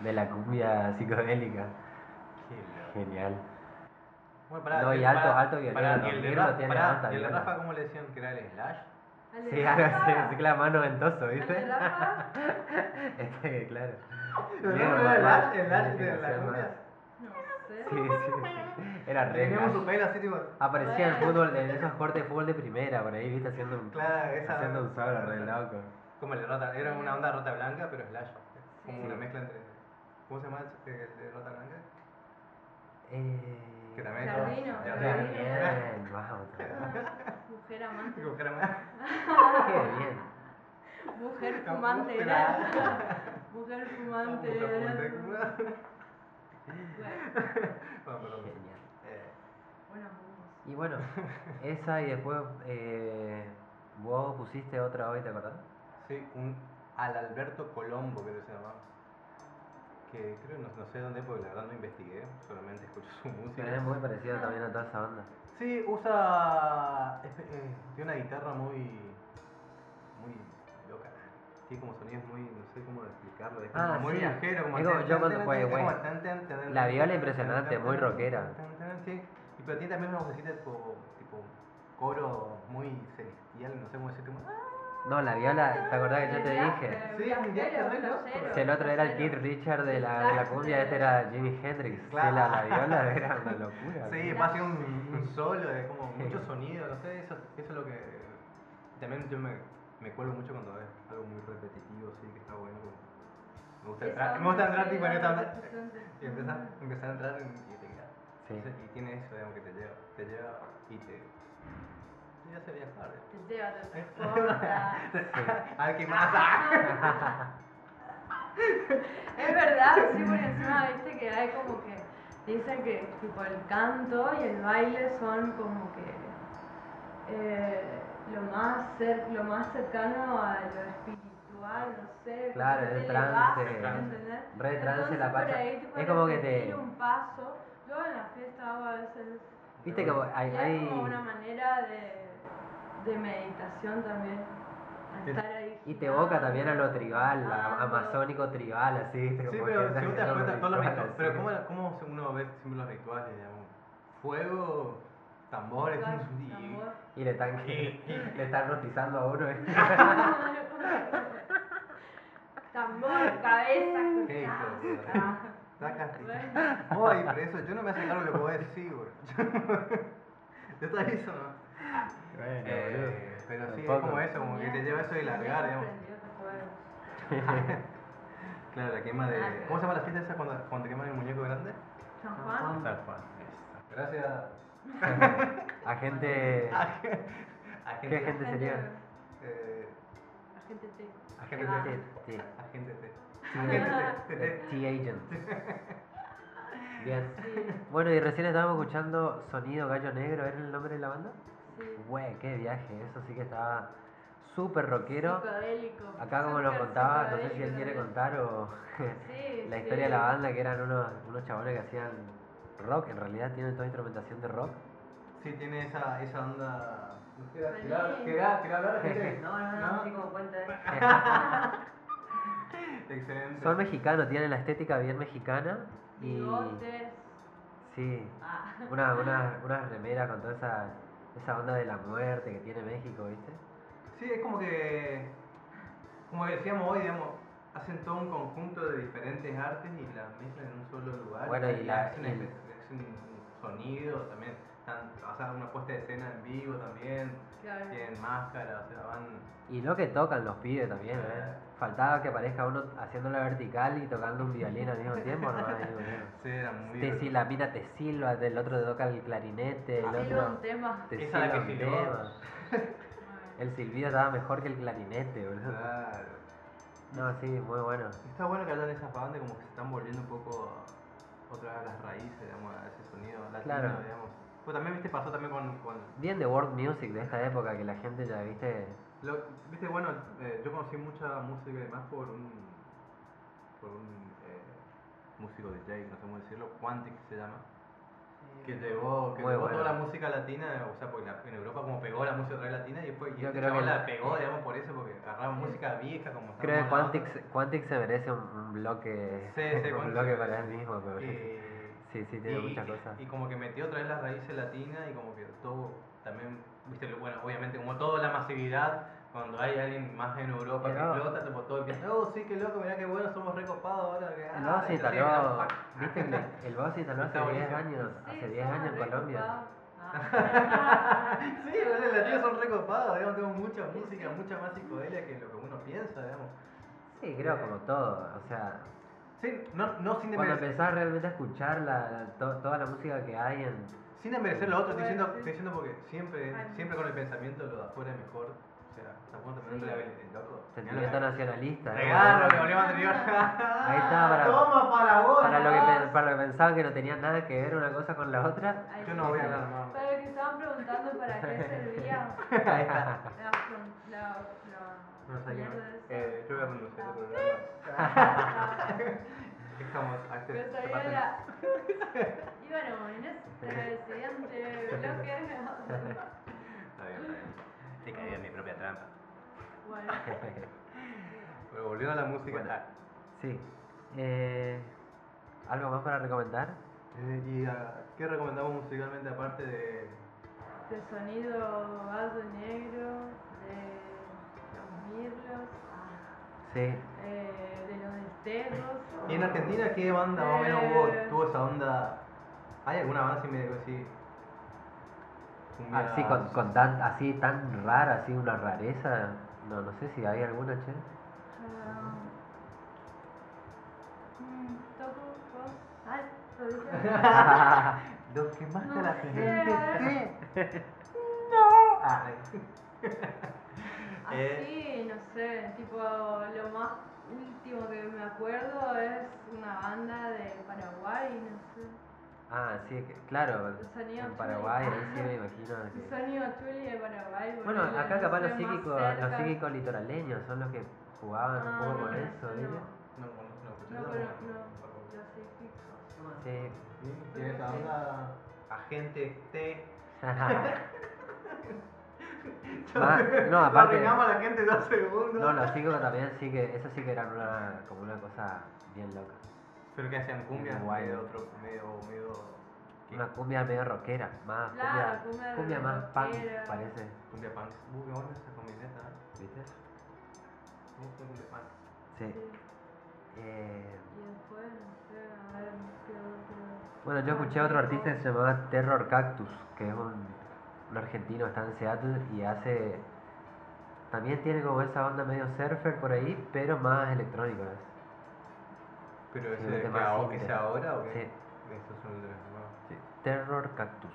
Speaker 1: de la cumbia psicodélica.
Speaker 2: Qué loco.
Speaker 1: Genial.
Speaker 2: Bueno, pará,
Speaker 1: No, y
Speaker 2: eh,
Speaker 1: alto-
Speaker 2: pará,
Speaker 1: alto violero,
Speaker 2: pará,
Speaker 1: ¿no?
Speaker 2: y el de
Speaker 1: Negro
Speaker 2: Rafa,
Speaker 1: tiene
Speaker 2: pará,
Speaker 1: alta
Speaker 2: y el de
Speaker 1: viola.
Speaker 2: Rafa, ¿cómo le decían que era el Slash?
Speaker 3: Ale,
Speaker 1: Sí, algo así,
Speaker 3: Rafa.
Speaker 1: así que la mano ventoso,
Speaker 3: Ale,
Speaker 1: ¿viste?
Speaker 3: Rafa.
Speaker 1: Este, claro.
Speaker 2: Pero
Speaker 1: Bien,
Speaker 2: no, no era el
Speaker 1: más,
Speaker 2: Ash, el Ash de
Speaker 1: identificación
Speaker 2: la
Speaker 1: más.
Speaker 2: cumbia.
Speaker 3: No sé.
Speaker 1: Sí, sí, sí. Era re.
Speaker 2: Teníamos
Speaker 1: Ash.
Speaker 2: su pelo así, tipo.
Speaker 1: Aparecía en
Speaker 3: Bueno.
Speaker 1: fútbol, de- en esos cortes de fútbol de primera, por ahí, viste, haciendo un,
Speaker 2: Claro, esa.
Speaker 1: haciendo un sabro re loco.
Speaker 2: Como el de Rata, era una onda Rata Blanca, pero Slash. Como
Speaker 3: Sí.
Speaker 2: una mezcla entre. ¿Cómo se llama el el de Rata Blanca?
Speaker 1: Eh...
Speaker 2: Que también
Speaker 3: Jardino, Jardino.
Speaker 1: Bien, wow. Qué
Speaker 3: Ah, Mujer amante.
Speaker 2: Digo, que era más-
Speaker 1: bien.
Speaker 3: Mujer
Speaker 2: No,
Speaker 3: fumante era. Mujer fumante
Speaker 2: Puta,
Speaker 3: era.
Speaker 2: puta, puta.
Speaker 3: Bueno,
Speaker 2: Bueno, perdón.
Speaker 1: Genial.
Speaker 2: Eh,
Speaker 3: bueno, vamos.
Speaker 1: Y bueno, esa y después eh, vos pusiste otra hoy, ¿te acordás?
Speaker 2: Sí, un al Alberto Colombo, creo que se llamaba. Que creo, no, no sé dónde, porque la verdad no investigué, solamente escuché su música.
Speaker 1: Pero es muy
Speaker 3: Ah.
Speaker 1: parecida también a toda esa banda.
Speaker 2: Sí, usa. es- eh, tiene una guitarra muy. muy loca. Tiene como sonidos muy. no sé cómo explicarlo. Es como
Speaker 1: Ah,
Speaker 2: muy
Speaker 1: sí.
Speaker 2: viajero, como.
Speaker 1: Es como- yo cuando- güey, güey. La viola impresionante, muy rockera.
Speaker 2: Sí, y pero tiene también una vocecita tipo. tipo coro muy celestial, no sé cómo decirte. como-
Speaker 1: No, la viola, ¿te acordás que yo te
Speaker 3: Viaje,
Speaker 1: dije?
Speaker 2: Sí,
Speaker 3: viajero,
Speaker 2: un viaje re loco.
Speaker 3: flashero,
Speaker 1: Si el otro era el Kid
Speaker 3: flashero.
Speaker 1: Richard de la, de la cumbia, este era Jimi Hendrix. Sí, la, la viola era una locura.
Speaker 2: Sí,
Speaker 3: Claro.
Speaker 2: va a ser un, un solo, es como mucho sonido, no sé, eso, eso es lo que... También yo me, me cuelgo mucho cuando es algo muy repetitivo, sí, que está bueno. como- Me gusta entrar,
Speaker 3: Esa
Speaker 2: me gusta
Speaker 3: onda
Speaker 2: entrar
Speaker 3: de
Speaker 2: tipo en esta
Speaker 3: la
Speaker 2: onda
Speaker 3: adolescencia.
Speaker 2: y empezar, empezar a entrar en, y te quedas.
Speaker 1: Sí.
Speaker 2: Entonces, Y tiene eso, digamos, que te lleva, te lleva y te... Te hace viajar.
Speaker 3: Te lleva, te
Speaker 2: ¿Eh?
Speaker 3: transporta.
Speaker 2: Al que más... ah.
Speaker 3: Es verdad, sí, por encima, viste que hay como que. Dicen que tipo el canto y el baile son como que eh, lo más cer- lo más cercano a lo espiritual, no sé.
Speaker 1: Claro,
Speaker 3: como
Speaker 1: el
Speaker 3: que te elevás,
Speaker 1: trance.
Speaker 2: El trance.
Speaker 3: ¿entendés?
Speaker 1: Re trance
Speaker 3: Entonces,
Speaker 1: la
Speaker 3: por
Speaker 1: pacha.
Speaker 3: ahí, tipo,
Speaker 1: Es como que
Speaker 3: repetir
Speaker 1: te-
Speaker 3: un paso. Luego en la fiesta hago a veces.
Speaker 1: Viste que vos- hay...
Speaker 3: y
Speaker 1: hay...
Speaker 3: Es como una manera de, de meditación también.
Speaker 2: Te-
Speaker 3: Estar ahí
Speaker 1: Y te evoca
Speaker 3: girando,
Speaker 1: también a lo tribal, a-
Speaker 3: cantando.
Speaker 1: amazónico tribal, así. ¿viste?
Speaker 2: Ah, Sí,
Speaker 1: Como que
Speaker 2: pero
Speaker 1: andas
Speaker 2: si vos te das
Speaker 1: haciendo
Speaker 2: cuenta, todos los
Speaker 1: ritual,
Speaker 2: rituales. Pero
Speaker 1: así.
Speaker 2: ¿cómo, cómo uno ve siempre los rituales, digamos? Fuego, tambores,
Speaker 3: Igual,
Speaker 2: y-
Speaker 3: tambor.
Speaker 1: Y le están, le están rotizando a uno. ¿eh?
Speaker 3: Tambor, cabeza,
Speaker 2: Qué hijo de puta.
Speaker 3: Ah,
Speaker 2: Sacaste.
Speaker 3: bueno.
Speaker 2: Ay, pero eso, yo no me hace cargo de lo que vos decís, güey. Yo te aviso, ¿no?
Speaker 4: Bueno, boludo.
Speaker 2: Eh, pero sí, es
Speaker 1: Tampoco.
Speaker 2: como eso, como que te lleva eso de largar, digamos. Claro, la quema de. ¿Cómo se llama la fiesta esa cuando, cuando te queman el muñeco grande?
Speaker 3: San Juan.
Speaker 2: San Juan. Gracias.
Speaker 1: A gente.
Speaker 2: A, a
Speaker 1: ¿Qué
Speaker 2: gente.
Speaker 1: gente sería?
Speaker 2: Eh,
Speaker 3: Agente T.
Speaker 2: a gente
Speaker 3: Ah.
Speaker 2: T.
Speaker 1: T.
Speaker 2: A gente T.
Speaker 1: T. T agent. Bien.
Speaker 3: Sí,
Speaker 1: Bueno, y recién estábamos escuchando Sonido Gallo Negro, ¿era el nombre de la banda?
Speaker 3: sí.
Speaker 1: Güey, qué viaje, eso sí que estaba súper rockero.
Speaker 3: Psicodélico.
Speaker 1: Acá como nos
Speaker 3: Súper
Speaker 1: contaba, no sé si él
Speaker 3: psicodélico
Speaker 1: quiere
Speaker 3: también.
Speaker 1: contar o
Speaker 3: Sí,
Speaker 1: la
Speaker 3: sí.
Speaker 1: historia de la banda, que eran unos, unos chabones que hacían rock, en realidad tienen toda instrumentación de rock.
Speaker 2: Sí, tiene esa, esa onda.
Speaker 3: Feliz.
Speaker 2: ¿Querá hablar? gente?
Speaker 5: No, no, no, así como cuenta eh.
Speaker 2: Excelente.
Speaker 1: Son mexicanos, tienen la estética bien mexicana y
Speaker 3: Bigotes.
Speaker 1: sí,
Speaker 3: Ah.
Speaker 1: una, una, una remera con toda esa, esa onda de la muerte que tiene México, ¿viste?
Speaker 2: Sí, es como que. Como que decíamos hoy, digamos, hacen todo un conjunto de diferentes artes y las mezclan en un solo lugar.
Speaker 1: Bueno, y la-
Speaker 2: hacen,
Speaker 1: y-
Speaker 2: espe- hacen un sonido también. Están, o sea, una puesta de escena en vivo también.
Speaker 3: Claro.
Speaker 2: Tienen máscara, o sea, van.
Speaker 1: Y lo que tocan los pibes también, ¿eh? Faltaba que aparezca uno haciendo la vertical y tocando un violín al mismo tiempo, ¿no? Ahí, boludo.
Speaker 2: Sí, eran muy.
Speaker 1: Te, si la mina te silba, el otro te toca el clarinete, el
Speaker 3: Silba
Speaker 1: otro
Speaker 3: un tema.
Speaker 1: te
Speaker 2: Esa es la
Speaker 1: silba
Speaker 2: que
Speaker 1: un
Speaker 2: silbó.
Speaker 1: tema. El silbido estaba mejor que el clarinete, boludo.
Speaker 2: Claro.
Speaker 1: No, sí, muy bueno.
Speaker 2: Está bueno que hagan esas bandas como que se están volviendo un poco a- otra vez a las raíces, digamos, a ese sonido latino,
Speaker 1: Claro.
Speaker 2: digamos. Pues también, viste, pasó también con... con
Speaker 1: Bien de world music de esta época que la gente ya, ¿viste?
Speaker 2: lo- viste, bueno, eh, yo conocí mucha música y demás por un... por un eh, músico DJ, no sé cómo decirlo, Quantic se llama. Que llevó, que
Speaker 1: Muy
Speaker 2: llevó
Speaker 1: bueno.
Speaker 2: toda la música latina, o sea, porque la- en Europa como pegó la música otra vez latina y después y
Speaker 1: Yo
Speaker 2: este
Speaker 1: creo
Speaker 2: chabón
Speaker 1: que-
Speaker 2: la pegó, digamos, por eso, porque agarraba música vieja como estaba
Speaker 1: Creo que
Speaker 2: mandando.
Speaker 1: Quantic, se- Quantic se merece un, un bloque,
Speaker 2: Sí, sí,
Speaker 1: un
Speaker 2: Quantic
Speaker 1: bloque
Speaker 2: se
Speaker 1: para él
Speaker 2: merece.
Speaker 1: mismo. me parece.
Speaker 2: Eh,
Speaker 1: Sí, sí, tiene muchas cosas.
Speaker 2: y como que metió otra vez las raíces latinas y como que todo también, viste, lo- bueno, obviamente como toda la masividad, cuando hay alguien más en Europa que
Speaker 1: Pero-
Speaker 2: explota, tipo todo empieza, oh sí, qué loco, mirá qué bueno, somos recopados ahora. Que,
Speaker 1: El
Speaker 2: ah,
Speaker 1: Babo se
Speaker 2: y así,
Speaker 1: instaló,
Speaker 2: mirá,
Speaker 1: viste, el, el Babo se instaló
Speaker 2: Está
Speaker 1: hace 10
Speaker 2: buenísimo.
Speaker 1: años,
Speaker 3: Sí,
Speaker 1: hace 10
Speaker 3: somos
Speaker 1: años en
Speaker 3: re
Speaker 1: Colombia.
Speaker 3: copados. Ah.
Speaker 2: Sí, boludo, los latinos son recopados, digamos, tenemos mucha música, mucha más psicodelia que lo que uno piensa, digamos.
Speaker 1: Sí, creo como todo, o sea,
Speaker 2: Sí, no, no sin
Speaker 1: cuando
Speaker 2: desmerecer,
Speaker 1: empezás realmente a escuchar la, la- to- toda la música que hay en...
Speaker 2: sin desmerecer lo otro, estoy diciendo,
Speaker 3: Bueno, sí.
Speaker 2: estoy diciendo porque siempre,
Speaker 3: Ay,
Speaker 2: siempre con el pensamiento lo de afuera es mejor. O sea, tampoco también
Speaker 3: Sí.
Speaker 2: la ves, el loco.
Speaker 1: Sentimiento nacionalista. ¿eh?
Speaker 2: Regalo, que volvemos anterior.
Speaker 1: Ahí está, para-
Speaker 2: Toma para vos.
Speaker 1: Para lo, que, pe- para lo que pensaban que no tenían nada que ver una cosa con la otra.
Speaker 3: Ahí
Speaker 2: Yo no voy a
Speaker 3: está.
Speaker 2: hablar más.
Speaker 3: Para los que estaban preguntando para qué servía
Speaker 2: Ahí está.
Speaker 3: la, fron- la, la
Speaker 2: No sé, yo,
Speaker 3: mierda esa.
Speaker 2: eh, yo voy a renunciar a este programa.
Speaker 3: Ah,
Speaker 2: Estamos a este.
Speaker 3: Pero
Speaker 2: esta
Speaker 3: sabía
Speaker 2: parte
Speaker 3: la... Y bueno, en este siguiente bloque... ¿no?
Speaker 2: no. Está bien, está bien. He caído en mi propia trampa.
Speaker 3: Bueno,
Speaker 2: Pero volviendo a la música.
Speaker 1: Bueno.
Speaker 2: ah,
Speaker 1: sí. Eh, ¿Algo más para recomendar?
Speaker 2: eh, ¿Y ah, qué recomendamos musicalmente aparte de.?
Speaker 3: de sonido alto y negro, de los mirlos, ah,
Speaker 1: Sí.
Speaker 3: eh, de los desterros.
Speaker 2: ¿Y en Argentina qué banda más o menos
Speaker 3: Eh.
Speaker 2: hubo, tuvo esa onda? ¿Hay alguna banda así medio así? Cumbia-
Speaker 1: Así, con, con tan, así tan rara, así una rareza. No, no sé si hay alguna, che.
Speaker 3: Ah, mm, Toco, vos. Ay, lo dije.
Speaker 2: Lo que mata
Speaker 3: No
Speaker 2: a la
Speaker 3: sé.
Speaker 2: gente. no. Ah,
Speaker 1: Eh.
Speaker 3: Así, Ah, no sé, tipo, lo más último que me acuerdo es una banda de Paraguay, no sé.
Speaker 1: Ah, sí, que- claro.
Speaker 3: El sonido
Speaker 1: En
Speaker 3: chuli.
Speaker 1: Paraguay, ahí Ah, sí me imagino.
Speaker 3: El
Speaker 1: que-
Speaker 3: sonido chuli de Paraguay.
Speaker 1: Bueno,
Speaker 3: ponele,
Speaker 1: acá
Speaker 3: no
Speaker 1: capaz
Speaker 3: sé,
Speaker 1: los
Speaker 3: más
Speaker 1: psíquicos, los
Speaker 3: cerca.
Speaker 1: psíquicos litoraleños son los que jugaban
Speaker 3: Ah,
Speaker 1: un poco
Speaker 3: no,
Speaker 1: con
Speaker 3: no,
Speaker 1: eso,
Speaker 3: no.
Speaker 1: ¿viste?
Speaker 2: No, no,
Speaker 3: No,
Speaker 2: no,
Speaker 3: pero
Speaker 2: no.
Speaker 3: no, los psíquicos.
Speaker 1: Sí.
Speaker 2: Tiene esa onda agente T.
Speaker 1: Ma- Ah, no,
Speaker 2: Lo
Speaker 1: aparte-
Speaker 2: arruinamos a la gente en dos segundos.
Speaker 1: no, los psíquicos también sí que, eso sí que eran una, como una cosa bien loca.
Speaker 2: Pero que hacían cumbia
Speaker 1: Guay.
Speaker 2: medio otro, medio, medio. ¿qué?
Speaker 1: Una cumbia medio rockera, más
Speaker 3: Claro,
Speaker 1: cumbia,
Speaker 3: cumbia
Speaker 1: cumbia más punk
Speaker 3: rockera.
Speaker 1: parece,
Speaker 2: Cumbia punk. Uh, qué buena esa combineta, ¿eh?
Speaker 1: ¿viste?
Speaker 2: Me gusta el cumbia punk.
Speaker 3: Sí.
Speaker 1: Sí. Eh,
Speaker 3: Y después, no sé, a ver, qué otro.
Speaker 1: bueno, yo escuché a otro artista que se llamaba Terror Cactus, que es un, un argentino, está en Seattle y hace... También tiene como esa onda medio surfer por ahí, pero más electrónica. ¿ves?
Speaker 2: Pero
Speaker 1: Sí,
Speaker 2: ese
Speaker 1: mete
Speaker 2: de
Speaker 1: más
Speaker 2: que,
Speaker 1: cinta.
Speaker 2: que sea ahora o qué?
Speaker 1: Sí.
Speaker 2: Esos son los demás.
Speaker 1: Terror Cactus.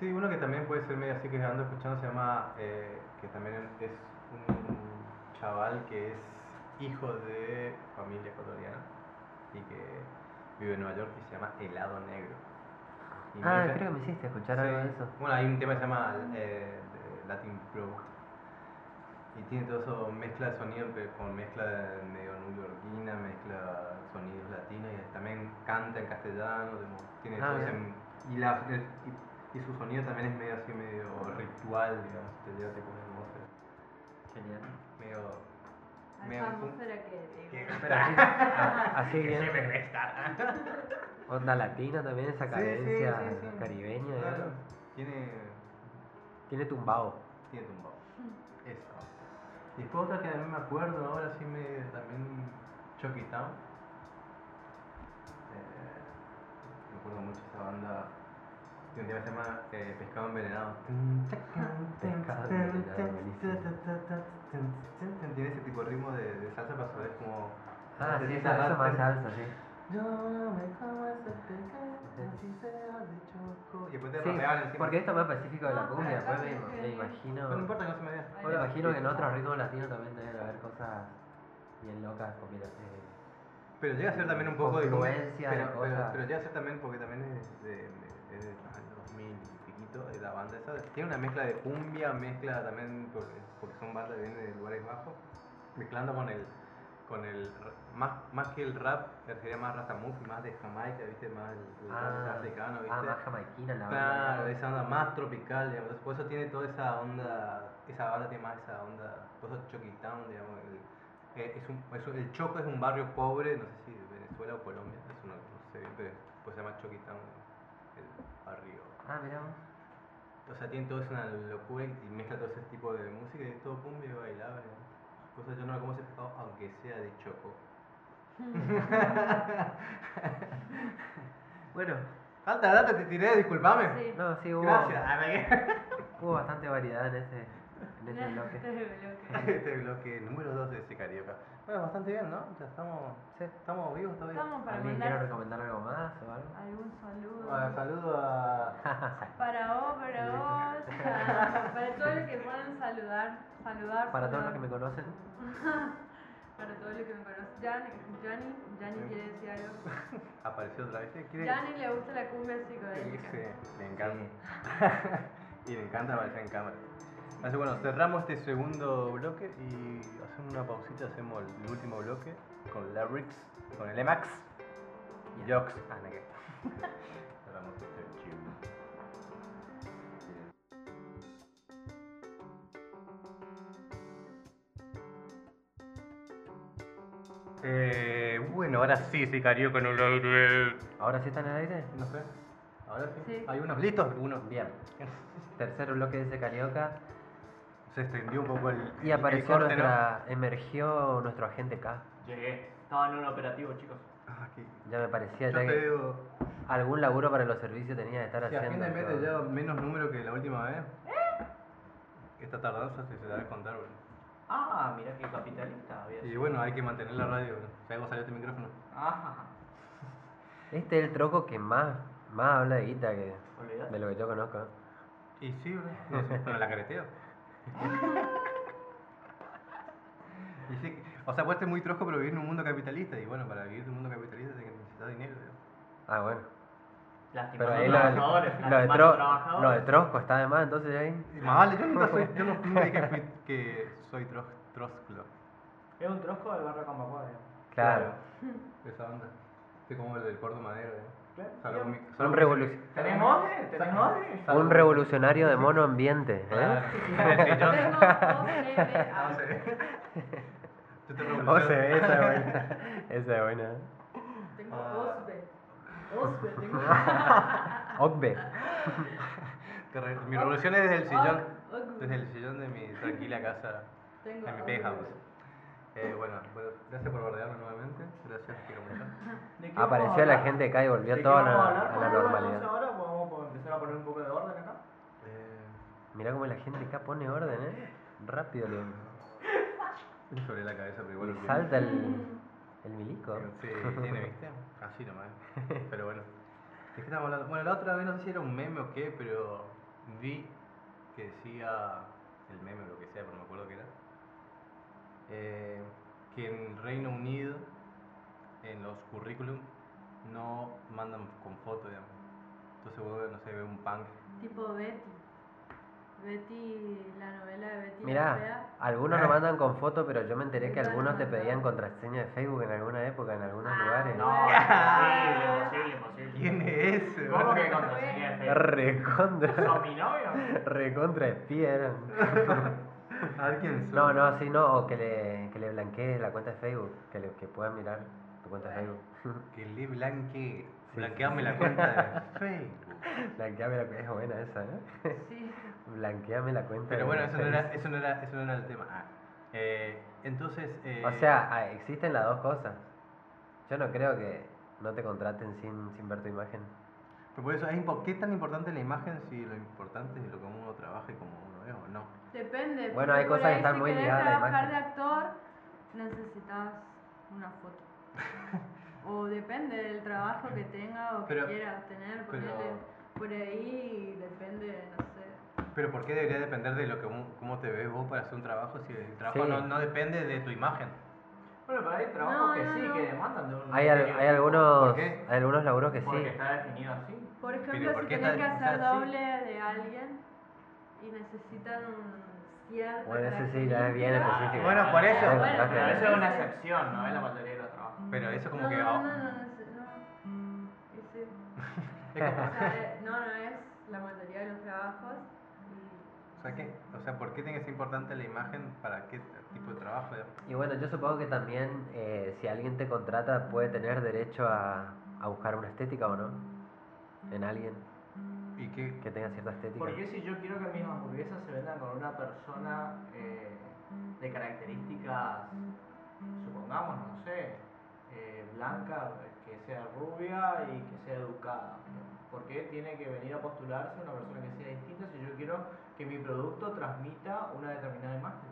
Speaker 2: Sí, uno que también puede ser medio así que ando escuchando se llama, eh, que también es un chaval que es hijo de familia ecuatoriana y que vive en Nueva York y se llama Helado Negro. Y
Speaker 1: Ah,
Speaker 2: muchas-
Speaker 1: creo que me hiciste escuchar
Speaker 2: sí.
Speaker 1: algo de eso.
Speaker 2: Bueno, hay un tema que se llama eh, de Latin Pro y tiene todo eso, mezcla de sonido pe- con mezcla de medio neoyorquina, mezcla sonidos latinos y también canta en castellano, como tiene
Speaker 1: Ah,
Speaker 2: todo
Speaker 1: bien.
Speaker 2: ese- y, la- el- y- y su sonido también es medio así, medio ritual, digamos, te lleva tipo una atmósfera,
Speaker 1: Genial.
Speaker 2: medio...
Speaker 3: A
Speaker 2: Me
Speaker 3: esa
Speaker 2: apunto.
Speaker 3: atmósfera que te gusta.
Speaker 1: Pero así, a- así
Speaker 2: que
Speaker 1: bien.
Speaker 2: siempre está.
Speaker 1: Onda latina también, esa
Speaker 2: Sí,
Speaker 1: cadencia
Speaker 2: sí, sí, sí.
Speaker 1: caribeña. ¿eh?
Speaker 2: Claro, tiene...
Speaker 1: Tiene tumbao.
Speaker 2: Tiene tumbado. Esa. Y después otra que a mí me acuerdo ahora sí me también Chucky Town. Eh, me acuerdo mucho esa banda. Tiene un tema que se llama eh, Pescado Envenenado.
Speaker 1: Pescado Envenenado, buenísimo.
Speaker 2: Tiene ese tipo de ritmo de, de salsa para saber como.
Speaker 1: Ah,
Speaker 2: de
Speaker 1: sí,
Speaker 2: esa
Speaker 1: esa, esa más
Speaker 2: rata.
Speaker 1: salsa, sí.
Speaker 2: Yo no me como ese pescado, así sea de choco. Y después te
Speaker 1: Sí,
Speaker 2: rapeaban encima.
Speaker 1: porque esto es más específico de la
Speaker 3: No,
Speaker 1: cumbia,
Speaker 3: pero
Speaker 1: después me,
Speaker 3: acá
Speaker 1: me
Speaker 3: es que-
Speaker 1: imagino.
Speaker 2: Pero no importa que no se me vea.
Speaker 3: Ahí
Speaker 1: Me
Speaker 3: va.
Speaker 1: imagino que en otros ritmos latinos también deben haber cosas bien locas, combina- eh,
Speaker 2: Pero llega a ser también un poco de como-
Speaker 1: Confluencia de
Speaker 2: pero, pero-
Speaker 1: cosas.
Speaker 2: pero llega a ser también porque también es de, es de los años 2000 y piquito, de la banda esa. Tiene una mezcla de cumbia, mezcla también por- porque son bandas que vienen de lugares bajos, mezclando con el con el. r- Más, más que el rap, sería más Rastamuffin, más de Jamaica, ¿viste? Más el, el rap
Speaker 1: Ah,
Speaker 2: africano, ¿viste?
Speaker 1: ah, más jamaiquina la
Speaker 2: Claro,
Speaker 1: verdad.
Speaker 2: esa onda más tropical, digamos. Por eso tiene toda esa onda, esa banda tiene más esa onda, por eso Chucky Town, digamos. El, eh, es un, es un- el Choco es un barrio pobre, no sé si de Venezuela o Colombia, es uno, no sé bien, pero pues se llama Chucky Town, el barrio.
Speaker 1: Ah, mirá vos.
Speaker 2: O sea, tiene toda esa locura y mezcla todo ese tipo de música y es todo cumbia y bailable. ¿no? Cosa yo no la como ese pescado, aunque sea de Choco.
Speaker 1: Bueno,
Speaker 2: Alta data te tiré, disculpame.
Speaker 3: Sí.
Speaker 1: no, sí, hubo,
Speaker 2: Gracias, ah, ¿para qué?
Speaker 1: hubo bastante variedad en este, en este
Speaker 3: Este
Speaker 1: bloque.
Speaker 3: bloque.
Speaker 2: Este bloque número 2 de ese carioca. Bueno, bastante bien, ¿no? Ya estamos,
Speaker 1: Sí.
Speaker 2: estamos vivos todavía.
Speaker 3: Estamos para
Speaker 1: ¿Alguien quiere
Speaker 3: mandar
Speaker 1: recomendar algo más o algo?
Speaker 3: algún
Speaker 2: Bueno,
Speaker 3: saludo.
Speaker 2: saludo a.
Speaker 3: Para vos, para vos. a- Para todos los que puedan saludar. Saludar.
Speaker 1: Para todos los
Speaker 3: saludar.
Speaker 1: que me conocen,
Speaker 3: Para todos los que me conocen. Yanni, Yanni, Yanni quiere decir algo.
Speaker 2: Apareció otra vez. ¿Qué quiere?
Speaker 3: Yanni le gusta la cumbia
Speaker 2: Sí,
Speaker 3: psicodélica.
Speaker 2: sí, le encanta. y le encanta aparecer en cámara. Así que bueno, cerramos este segundo bloque y hacemos una pausita, hacemos el último bloque con la Rix, con el Emax y Jox. Ah, no, que- Cerramos este chivo. Eh, bueno, ahora sí, sí, carió con un...
Speaker 1: ¿ahora sí están en el aire?
Speaker 2: No sé. Ahora sí.
Speaker 3: Sí.
Speaker 2: Hay unos listos, algunos
Speaker 1: Bien. Tercer bloque de ese carioca.
Speaker 2: Se extendió un poco el.
Speaker 1: Y
Speaker 2: el
Speaker 1: apareció
Speaker 2: corte, ¿no?
Speaker 1: nuestra. Emergió nuestro agente K.
Speaker 5: Llegué. Estaba en un operativo, chicos.
Speaker 2: Ah, aquí.
Speaker 1: Ya me parecía ya
Speaker 2: Yo te
Speaker 1: que
Speaker 2: digo.
Speaker 1: algún laburo para los servicios tenía que estar
Speaker 2: Si a fin
Speaker 1: haciendo.
Speaker 2: de mes
Speaker 1: pero-
Speaker 2: te lleva menos número que la última vez. Esta tardanza se, se da de contar, boludo.
Speaker 5: Ah, mirá qué capitalista había
Speaker 2: Y
Speaker 5: sido.
Speaker 2: bueno, hay que mantener la radio, boludo. Si algo salió este micrófono.
Speaker 5: Ah,
Speaker 1: Este es el troco que más, más habla de guita que
Speaker 5: olvidate.
Speaker 1: de lo que yo conozco.
Speaker 2: Y sí, boludo. No, sé, bueno, la careteo. y sí, o sea, puede ser muy trosco, pero vivir en un mundo capitalista. Y bueno, para vivir en un mundo capitalista tienes que necesitar dinero, boludo.
Speaker 1: Ah, bueno.
Speaker 5: Lastimando
Speaker 1: Pero ahí
Speaker 5: a
Speaker 1: lo,
Speaker 5: los
Speaker 1: del-
Speaker 5: trabajadores,
Speaker 1: lo de
Speaker 5: lastimando
Speaker 1: tro-
Speaker 5: a los trabajadores.
Speaker 1: lo de trosco está de más, entonces ahí.
Speaker 2: Y Más vale, yo nunca soy, yo no- nunca dije que, fui, que soy tros, trosclo.
Speaker 5: Es un trosco de barra con vacuario.
Speaker 1: Claro.
Speaker 2: Esa onda. Estoy como el del Puerto Madero, ¿eh? Salvo mi- salvo
Speaker 1: Un,
Speaker 2: mi-
Speaker 1: revoluc-
Speaker 5: ¿Tenés mode? ¿Tenés mode?
Speaker 2: salvo-
Speaker 1: un revolucionario de mono ambiente. ¿eh?
Speaker 2: Claro. Sí, yo-
Speaker 3: Tengo dos leves
Speaker 5: Ah,
Speaker 2: no sé. Yo te revoluciono.
Speaker 1: O sea, esa es buena. Esa es buena.
Speaker 3: Tengo
Speaker 2: Ah.
Speaker 3: dos B. Dos B tengo.
Speaker 1: Ocbe.
Speaker 2: Te re- Mi revolución es desde el sillón.
Speaker 3: Ah, ok.
Speaker 2: Desde el sillón de mi tranquila casa.
Speaker 3: Tengo
Speaker 2: De mi pues.
Speaker 3: dos
Speaker 2: penthouse.
Speaker 3: B.
Speaker 2: Eh, bueno, bueno, gracias por bordearme nuevamente. Gracias, quiero mucho.
Speaker 5: ¿De qué vamos a
Speaker 1: Apareció la
Speaker 5: hablar?
Speaker 1: gente acá y
Speaker 5: ¿De
Speaker 1: volvió
Speaker 5: qué
Speaker 1: todo a la,
Speaker 5: vamos
Speaker 1: a la
Speaker 5: hablar? Bueno, entonces
Speaker 1: normalidad.
Speaker 5: Ahora vamos a empezar a poner un poco de orden acá.
Speaker 2: Eh,
Speaker 1: Mirá cómo la gente acá pone orden, ¿eh? Rápido le,
Speaker 2: sobre la cabeza, pero igual
Speaker 1: le
Speaker 2: lo
Speaker 1: salta el, el milico.
Speaker 2: Sí, tiene, ¿viste? Así nomás. ¿eh? Pero bueno. ¿De qué estamos hablando? Bueno, la otra vez no sé si era un meme o qué, pero vi que decía, el meme o lo que sea, pero no me acuerdo qué era, eh, que en Reino Unido, en los currículum, no mandan con foto, digamos. Entonces, bueno, no sé, ve un punk.
Speaker 3: Tipo Betty. Betty, la novela de Betty. la fea.
Speaker 1: Mirá, algunos lo mandan con foto, pero yo me enteré que
Speaker 3: Yo no
Speaker 1: algunos te
Speaker 3: mandaba.
Speaker 1: pedían contraseña de Facebook en alguna época, en algunos
Speaker 3: Ah,
Speaker 1: lugares.
Speaker 5: No, imposible, imposible, imposible.
Speaker 2: ¿Quién es ese?
Speaker 5: ¿Cómo que
Speaker 2: boludo?
Speaker 5: contraseña de Facebook? ¿Sos
Speaker 1: Recontra,
Speaker 5: mi novio?
Speaker 1: recontra espía eran.
Speaker 2: A ver quién es.
Speaker 1: No, no, sí, no, o que le, que le blanquees la cuenta de Facebook, que, le, que puedan mirar tu cuenta de Facebook.
Speaker 2: Que le blanquee.
Speaker 1: sí,
Speaker 2: Blanqueame la cuenta de Facebook.
Speaker 1: Blanqueame la cuenta, es buena esa, ¿eh?
Speaker 3: Sí.
Speaker 1: Blanqueame la cuenta
Speaker 2: Pero
Speaker 1: de
Speaker 2: bueno, eso no era,
Speaker 1: Facebook.
Speaker 2: eso no era, eso no era el tema. Ah, eh, entonces. eh,
Speaker 1: O sea, ah, existen las dos cosas. Yo no creo que no te contraten sin, sin ver tu imagen.
Speaker 2: pero por eso, es impo- ¿qué es tan importante la imagen si lo importante es lo que uno trabaja y como uno es o no?
Speaker 3: Depende.
Speaker 1: Bueno, hay
Speaker 3: porque por
Speaker 1: cosas que
Speaker 3: ahí
Speaker 1: están muy
Speaker 3: Si
Speaker 1: ligadas a
Speaker 3: querés
Speaker 1: la
Speaker 3: trabajar
Speaker 1: imagen.
Speaker 3: de actor, necesitas una foto. o depende del trabajo que tenga o que
Speaker 2: Pero-
Speaker 3: quieras tener.
Speaker 2: pero-
Speaker 3: ponele. por ahí depende, no sé.
Speaker 2: Pero ¿por qué debería depender de lo que un- cómo te ves vos para hacer un trabajo si el trabajo
Speaker 1: Sí.
Speaker 2: no, no depende de tu imagen?
Speaker 5: Bueno, pero hay trabajos
Speaker 3: No,
Speaker 5: que
Speaker 3: no,
Speaker 5: sí,
Speaker 3: no.
Speaker 5: que demandan de un.
Speaker 1: Hay, al- hay algunos
Speaker 2: ¿Por qué?
Speaker 1: hay algunos laburos que
Speaker 5: Porque
Speaker 1: sí.
Speaker 5: está definido así.
Speaker 3: Por
Speaker 2: Pero
Speaker 3: ejemplo,
Speaker 2: ¿por
Speaker 3: si
Speaker 2: qué
Speaker 3: tienen
Speaker 2: tal-
Speaker 3: que
Speaker 2: o sea,
Speaker 3: hacer
Speaker 2: sí.
Speaker 3: doble de alguien y necesitan un cierta.
Speaker 1: Bueno, eso sí, ya pues, es bien
Speaker 3: característica.
Speaker 1: específico.
Speaker 4: Bueno, por eso.
Speaker 3: Bueno,
Speaker 1: Bueno,
Speaker 5: Pero
Speaker 1: ok.
Speaker 5: eso es una excepción, ¿no? Es la mayoría de los trabajos.
Speaker 2: Pero eso como
Speaker 3: no,
Speaker 2: que.
Speaker 3: No,
Speaker 2: ah,
Speaker 3: no, no, no, ese- no. Ese-
Speaker 2: es como-
Speaker 3: o sea, eh, no, no es la mayoría de los trabajos. y-
Speaker 2: o sea, ¿qué? O sea, ¿por qué tiene que ser importante la imagen para qué tipo de trabajo? digamos?
Speaker 1: Y bueno, yo supongo que también eh, si alguien te contrata puede tener derecho a, a buscar una estética o no. En alguien
Speaker 2: ¿Y qué?
Speaker 1: que tenga cierta estética.
Speaker 5: ¿Por qué si yo quiero que mis hamburguesas se vendan con una persona eh, de características, supongamos, no sé, eh, blanca, que sea rubia y que sea educada? ¿Por qué tiene que venir a postularse una persona que sea distinta si yo quiero que mi producto transmita una determinada imagen?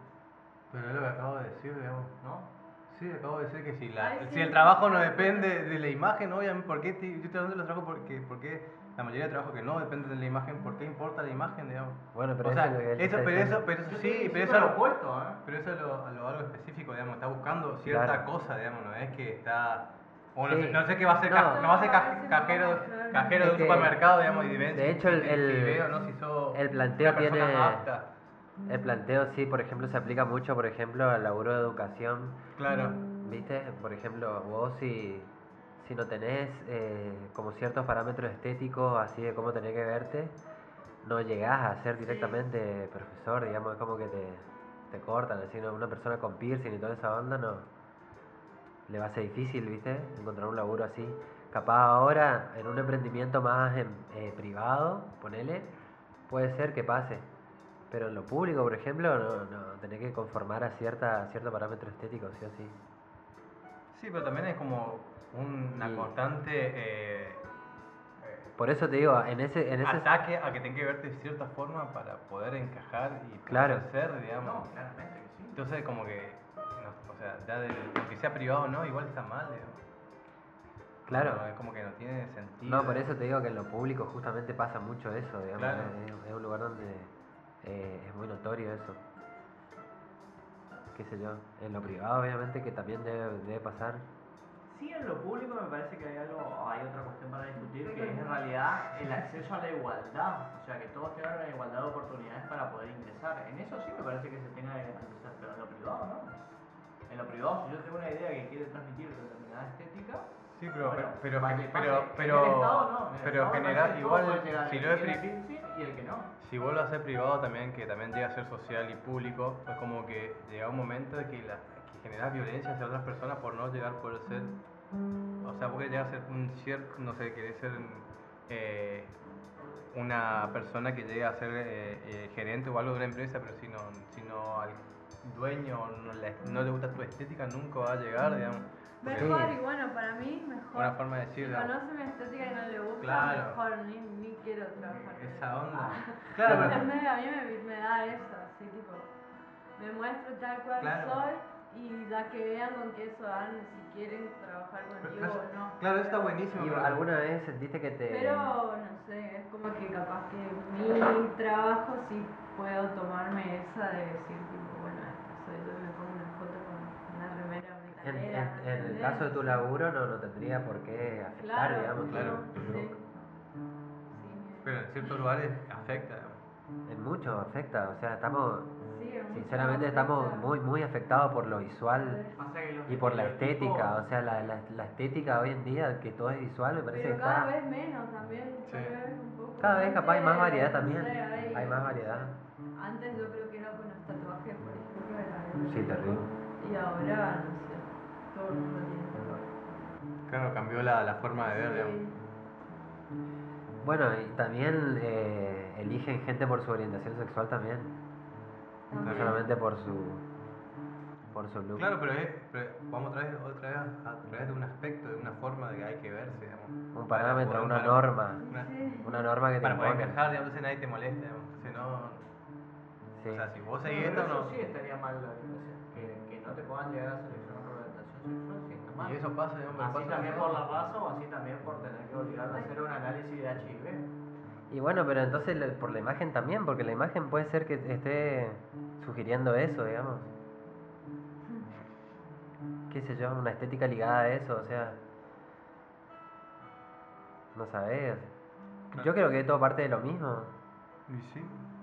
Speaker 2: Pero es lo que acabo de decir, digamos.
Speaker 5: ¿No?
Speaker 2: Sí, acabo de decir que si, la-
Speaker 3: Ay, sí.
Speaker 2: si el trabajo no depende de la imagen, obviamente, ¿por qué te- yo estoy hablando de los trabajos? Porque, porque la mayoría de trabajos que no dependen de la imagen, ¿por qué importa la imagen, digamos?
Speaker 1: Bueno, pero
Speaker 2: o
Speaker 1: eso
Speaker 2: sea,
Speaker 1: es lo que él
Speaker 2: eso,
Speaker 1: está
Speaker 2: pero eso,
Speaker 1: diciendo.
Speaker 2: pero eso
Speaker 5: Yo estoy
Speaker 2: sí, pero
Speaker 5: diciendo
Speaker 2: eso,
Speaker 5: lo opuesto, ¿eh?
Speaker 2: pero eso es lo, a lo algo específico, digamos, está buscando cierta
Speaker 1: Claro.
Speaker 2: cosa, digamos, no es que está... O no,
Speaker 1: Sí.
Speaker 2: sé, no sé qué va a ser,
Speaker 1: No.
Speaker 2: no, va a ser ca-
Speaker 3: No,
Speaker 2: cajero,
Speaker 3: claro.
Speaker 2: cajero
Speaker 1: Es
Speaker 2: de un
Speaker 1: que-
Speaker 2: supermercado, digamos, y ven
Speaker 1: de
Speaker 2: si-
Speaker 1: hecho,
Speaker 2: si
Speaker 1: el-
Speaker 2: te- si
Speaker 1: el-
Speaker 2: veo, no, si sos
Speaker 1: el planteo
Speaker 2: una persona
Speaker 1: tiene-
Speaker 2: apta.
Speaker 1: El planteo sí, por ejemplo, se aplica mucho, por ejemplo, al laburo de educación.
Speaker 2: Claro,
Speaker 1: ¿Viste? Por ejemplo, vos si, si no tenés eh, como ciertos parámetros estéticos, así de cómo tenés que verte, no llegás a ser directamente profesor, digamos, es como que te, te cortan, así, ¿no? una persona con piercing y toda esa onda, no. Le va a ser difícil, ¿viste? Encontrar un laburo así. Capaz ahora, en un emprendimiento más em- eh, privado, ponele, puede ser que pase. Pero en lo público, por ejemplo, no, no, tenés que conformar a cierta, cierto parámetro estético, sí o sí.
Speaker 2: sí, pero también es como un- una
Speaker 1: Y-
Speaker 2: constante... eh, eh,
Speaker 1: Por eso te digo, en ese, en ese
Speaker 2: ataque a que tenga que verte de cierta forma para poder encajar y
Speaker 1: Claro.
Speaker 2: poder ser, digamos.
Speaker 5: No, claramente que sí.
Speaker 2: Entonces, como que, no, o sea, ya del, aunque sea privado o no, igual está mal, digamos.
Speaker 1: claro.
Speaker 2: No, es como que no tiene sentido.
Speaker 1: No, por eso te digo que en lo público justamente pasa mucho eso, digamos.
Speaker 2: Claro.
Speaker 1: Es, es un lugar donde eh, es muy notorio eso. Qué sé yo. En lo privado, obviamente, que también debe, debe pasar.
Speaker 5: Sí, en lo público me parece que hay algo, hay otra cuestión para discutir, que es en realidad el acceso a la igualdad, o sea, que todos tengan una igualdad de oportunidades para poder ingresar. En eso sí me parece que se tenga que garantizar, pero en lo privado no. En lo privado, si yo tengo una idea que quiere transmitir determinada estética,
Speaker 2: Sí, pero,
Speaker 5: bueno,
Speaker 2: pero,
Speaker 5: para que
Speaker 2: pero,
Speaker 5: pase.
Speaker 2: pero,
Speaker 5: En
Speaker 2: pero,
Speaker 5: el Estado no, en el
Speaker 2: pero
Speaker 5: Estado me parece
Speaker 2: general,
Speaker 5: que todos
Speaker 2: igual,
Speaker 5: pueden llegar,
Speaker 2: si
Speaker 5: el
Speaker 2: lo es
Speaker 5: que
Speaker 2: pri-
Speaker 5: tiene piercing y el que no.
Speaker 2: Si vos lo haces privado también, que también llega a ser social y público, es como que llega un momento de que, la, que generas violencia hacia otras personas por no llegar por ser. O sea, porque llegas a ser un cierto. No sé, querés ser. eh, una persona que llega a ser eh, eh, gerente o algo de una empresa, pero si no, si no al dueño no le, no le gusta tu estética, nunca va a llegar, digamos. Porque
Speaker 1: Sí.
Speaker 3: Mejor, y bueno, para mí, mejor.
Speaker 2: es Una forma de
Speaker 3: Si
Speaker 2: decir, digamos,
Speaker 3: conoce mi estética y no le gusta,
Speaker 2: Claro.
Speaker 3: mejor, ni, ni quiero trabajar. con eso.
Speaker 2: esa onda.
Speaker 3: Ah.
Speaker 2: Claro, pero-
Speaker 3: Entendés, a mí me, me da eso, así tipo, me muestro tal cual
Speaker 2: Claro.
Speaker 3: soy y ya que vean con qué eso dan, si quieren trabajar
Speaker 2: pero
Speaker 3: conmigo
Speaker 2: eso-
Speaker 3: o no.
Speaker 2: Claro, eso está buenísimo.
Speaker 1: ¿Y
Speaker 2: pero-
Speaker 1: alguna vez sentiste que te...
Speaker 3: Pero no sé, es como que capaz que mi trabajo sí puedo tomarme esa de decir, tipo, bueno, esta soy yo, me pongo una foto con una remera
Speaker 1: En, en-
Speaker 3: metalera.
Speaker 1: en el
Speaker 3: ¿entendés?
Speaker 1: caso de tu laburo no, no tendría por qué afectar,
Speaker 3: Claro,
Speaker 1: digamos,
Speaker 2: claro,
Speaker 3: no,
Speaker 1: tu
Speaker 3: sí.
Speaker 1: look.
Speaker 3: Sí,
Speaker 2: Pero en ciertos lugares afecta. digamos.
Speaker 1: En muchos afecta, o sea, estamos...
Speaker 3: sí, es mucho
Speaker 1: Sinceramente
Speaker 3: más
Speaker 1: estamos
Speaker 3: afectado.
Speaker 1: muy, muy afectados por lo visual.
Speaker 5: Pasa que los
Speaker 1: Y por la
Speaker 5: estereotipos-
Speaker 1: estética, o sea, la, la, la estética hoy en día, que todo es visual, me parece
Speaker 3: Pero
Speaker 1: que
Speaker 3: cada
Speaker 1: está...
Speaker 3: vez menos también.
Speaker 2: Sí.
Speaker 3: Cada vez, un poco.
Speaker 1: Cada vez capaz hay más
Speaker 3: Antes,
Speaker 1: variedad
Speaker 3: no
Speaker 1: también.
Speaker 3: sé, hay-
Speaker 1: Hay más variedad.
Speaker 3: Antes yo creo que era con los tatuajes, por ejemplo, era
Speaker 1: Sí, terrible.
Speaker 3: Y ahora, no sé, todo el mundo tiene tatuajes.
Speaker 2: Claro, cambió la, la forma de ver, digamos.
Speaker 3: Sí.
Speaker 1: Bueno, y también eh, eligen gente por su orientación sexual también, no
Speaker 3: También.
Speaker 1: solamente por su por su look.
Speaker 2: Claro, pero, es, pero vamos otra vez, otra vez a, a través de un aspecto, de una forma de que hay que verse, digamos.
Speaker 1: un
Speaker 2: Para
Speaker 1: parámetro,
Speaker 2: poder-
Speaker 1: una
Speaker 2: para-
Speaker 1: norma,
Speaker 2: Una-
Speaker 3: Sí.
Speaker 1: una norma que te
Speaker 2: Para poder
Speaker 1: imponen.
Speaker 2: encajar, digamos, entonces nadie te molesta, digamos. Entonces no...
Speaker 1: Sí.
Speaker 2: O sea, si vos
Speaker 5: No,
Speaker 2: seguís
Speaker 5: pero
Speaker 2: esto,
Speaker 5: eso
Speaker 2: no...
Speaker 5: sí estaría mal la orientación, que, que no te puedan llegar a seleccionar por orientación sexual, sí está mal.
Speaker 2: Y eso pasa, digamos, pero
Speaker 5: Así
Speaker 2: pasa
Speaker 5: también
Speaker 2: en-
Speaker 5: por la raza o así también por tener que obligar a hacer un análisis de HIV.
Speaker 1: Y bueno, pero entonces lo- por la imagen también, porque la imagen puede ser que esté sugiriendo eso, digamos. Qué sé yo, una estética ligada a eso, o sea. No sabes. Yo creo que es todo parte de lo mismo.
Speaker 2: Y sí,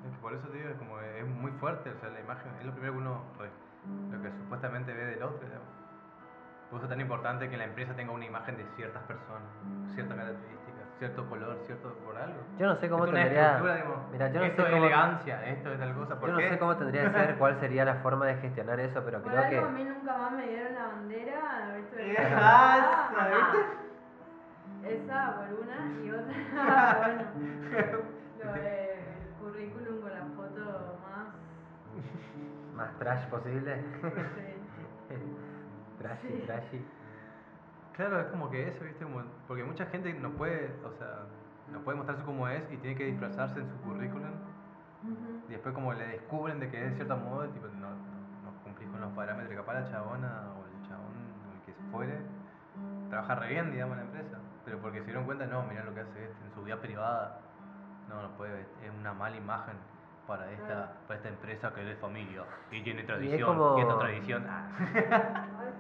Speaker 2: Es que por eso te digo, es como es muy fuerte, o sea, la imagen es lo primero que uno, re- lo que supuestamente ve del otro, digamos. Por eso es tan importante que la empresa tenga una imagen de ciertas personas, ciertas características, cierto color, cierto por algo.
Speaker 1: Yo no sé cómo
Speaker 2: Esto es una
Speaker 1: tendría.
Speaker 2: estructura, digamos,
Speaker 1: Mira, yo no
Speaker 2: esto
Speaker 1: sé
Speaker 2: es
Speaker 1: cómo.
Speaker 2: elegancia, esto es tal cosa. ¿Por
Speaker 1: Yo no
Speaker 2: qué?
Speaker 1: sé cómo tendría que ser, cuál sería la forma de gestionar eso, pero
Speaker 3: Por
Speaker 1: creo
Speaker 3: algo a
Speaker 1: que.
Speaker 3: mí nunca más me dieron la bandera, ¿viste?
Speaker 2: Esa,
Speaker 3: Ah,
Speaker 2: esa,
Speaker 3: ajá. Esa por una y otra, bueno, lo del currículum con la foto más...
Speaker 1: Más trash posible.
Speaker 3: sí.
Speaker 1: trashy,
Speaker 3: Sí.
Speaker 1: trashy.
Speaker 2: Claro, es como que eso, ¿viste? Como- porque mucha gente no puede, o sea, no puede mostrarse como es y tiene que disfrazarse en su currículum.
Speaker 3: Ujú.
Speaker 2: Y después como le descubren de que es de cierta moda, tipo, no, no, no cumplís con los parámetros que para la chabona o el chabón o el que se fuere, trabaja re bien, digamos, en la empresa. Pero porque se dieron cuenta, no, mirá lo que hace este en su vida privada. No, no puede, es una mala imagen para esta, para esta empresa que es de familia y tiene tradición. Y,
Speaker 1: como-
Speaker 2: esta tradición... ah,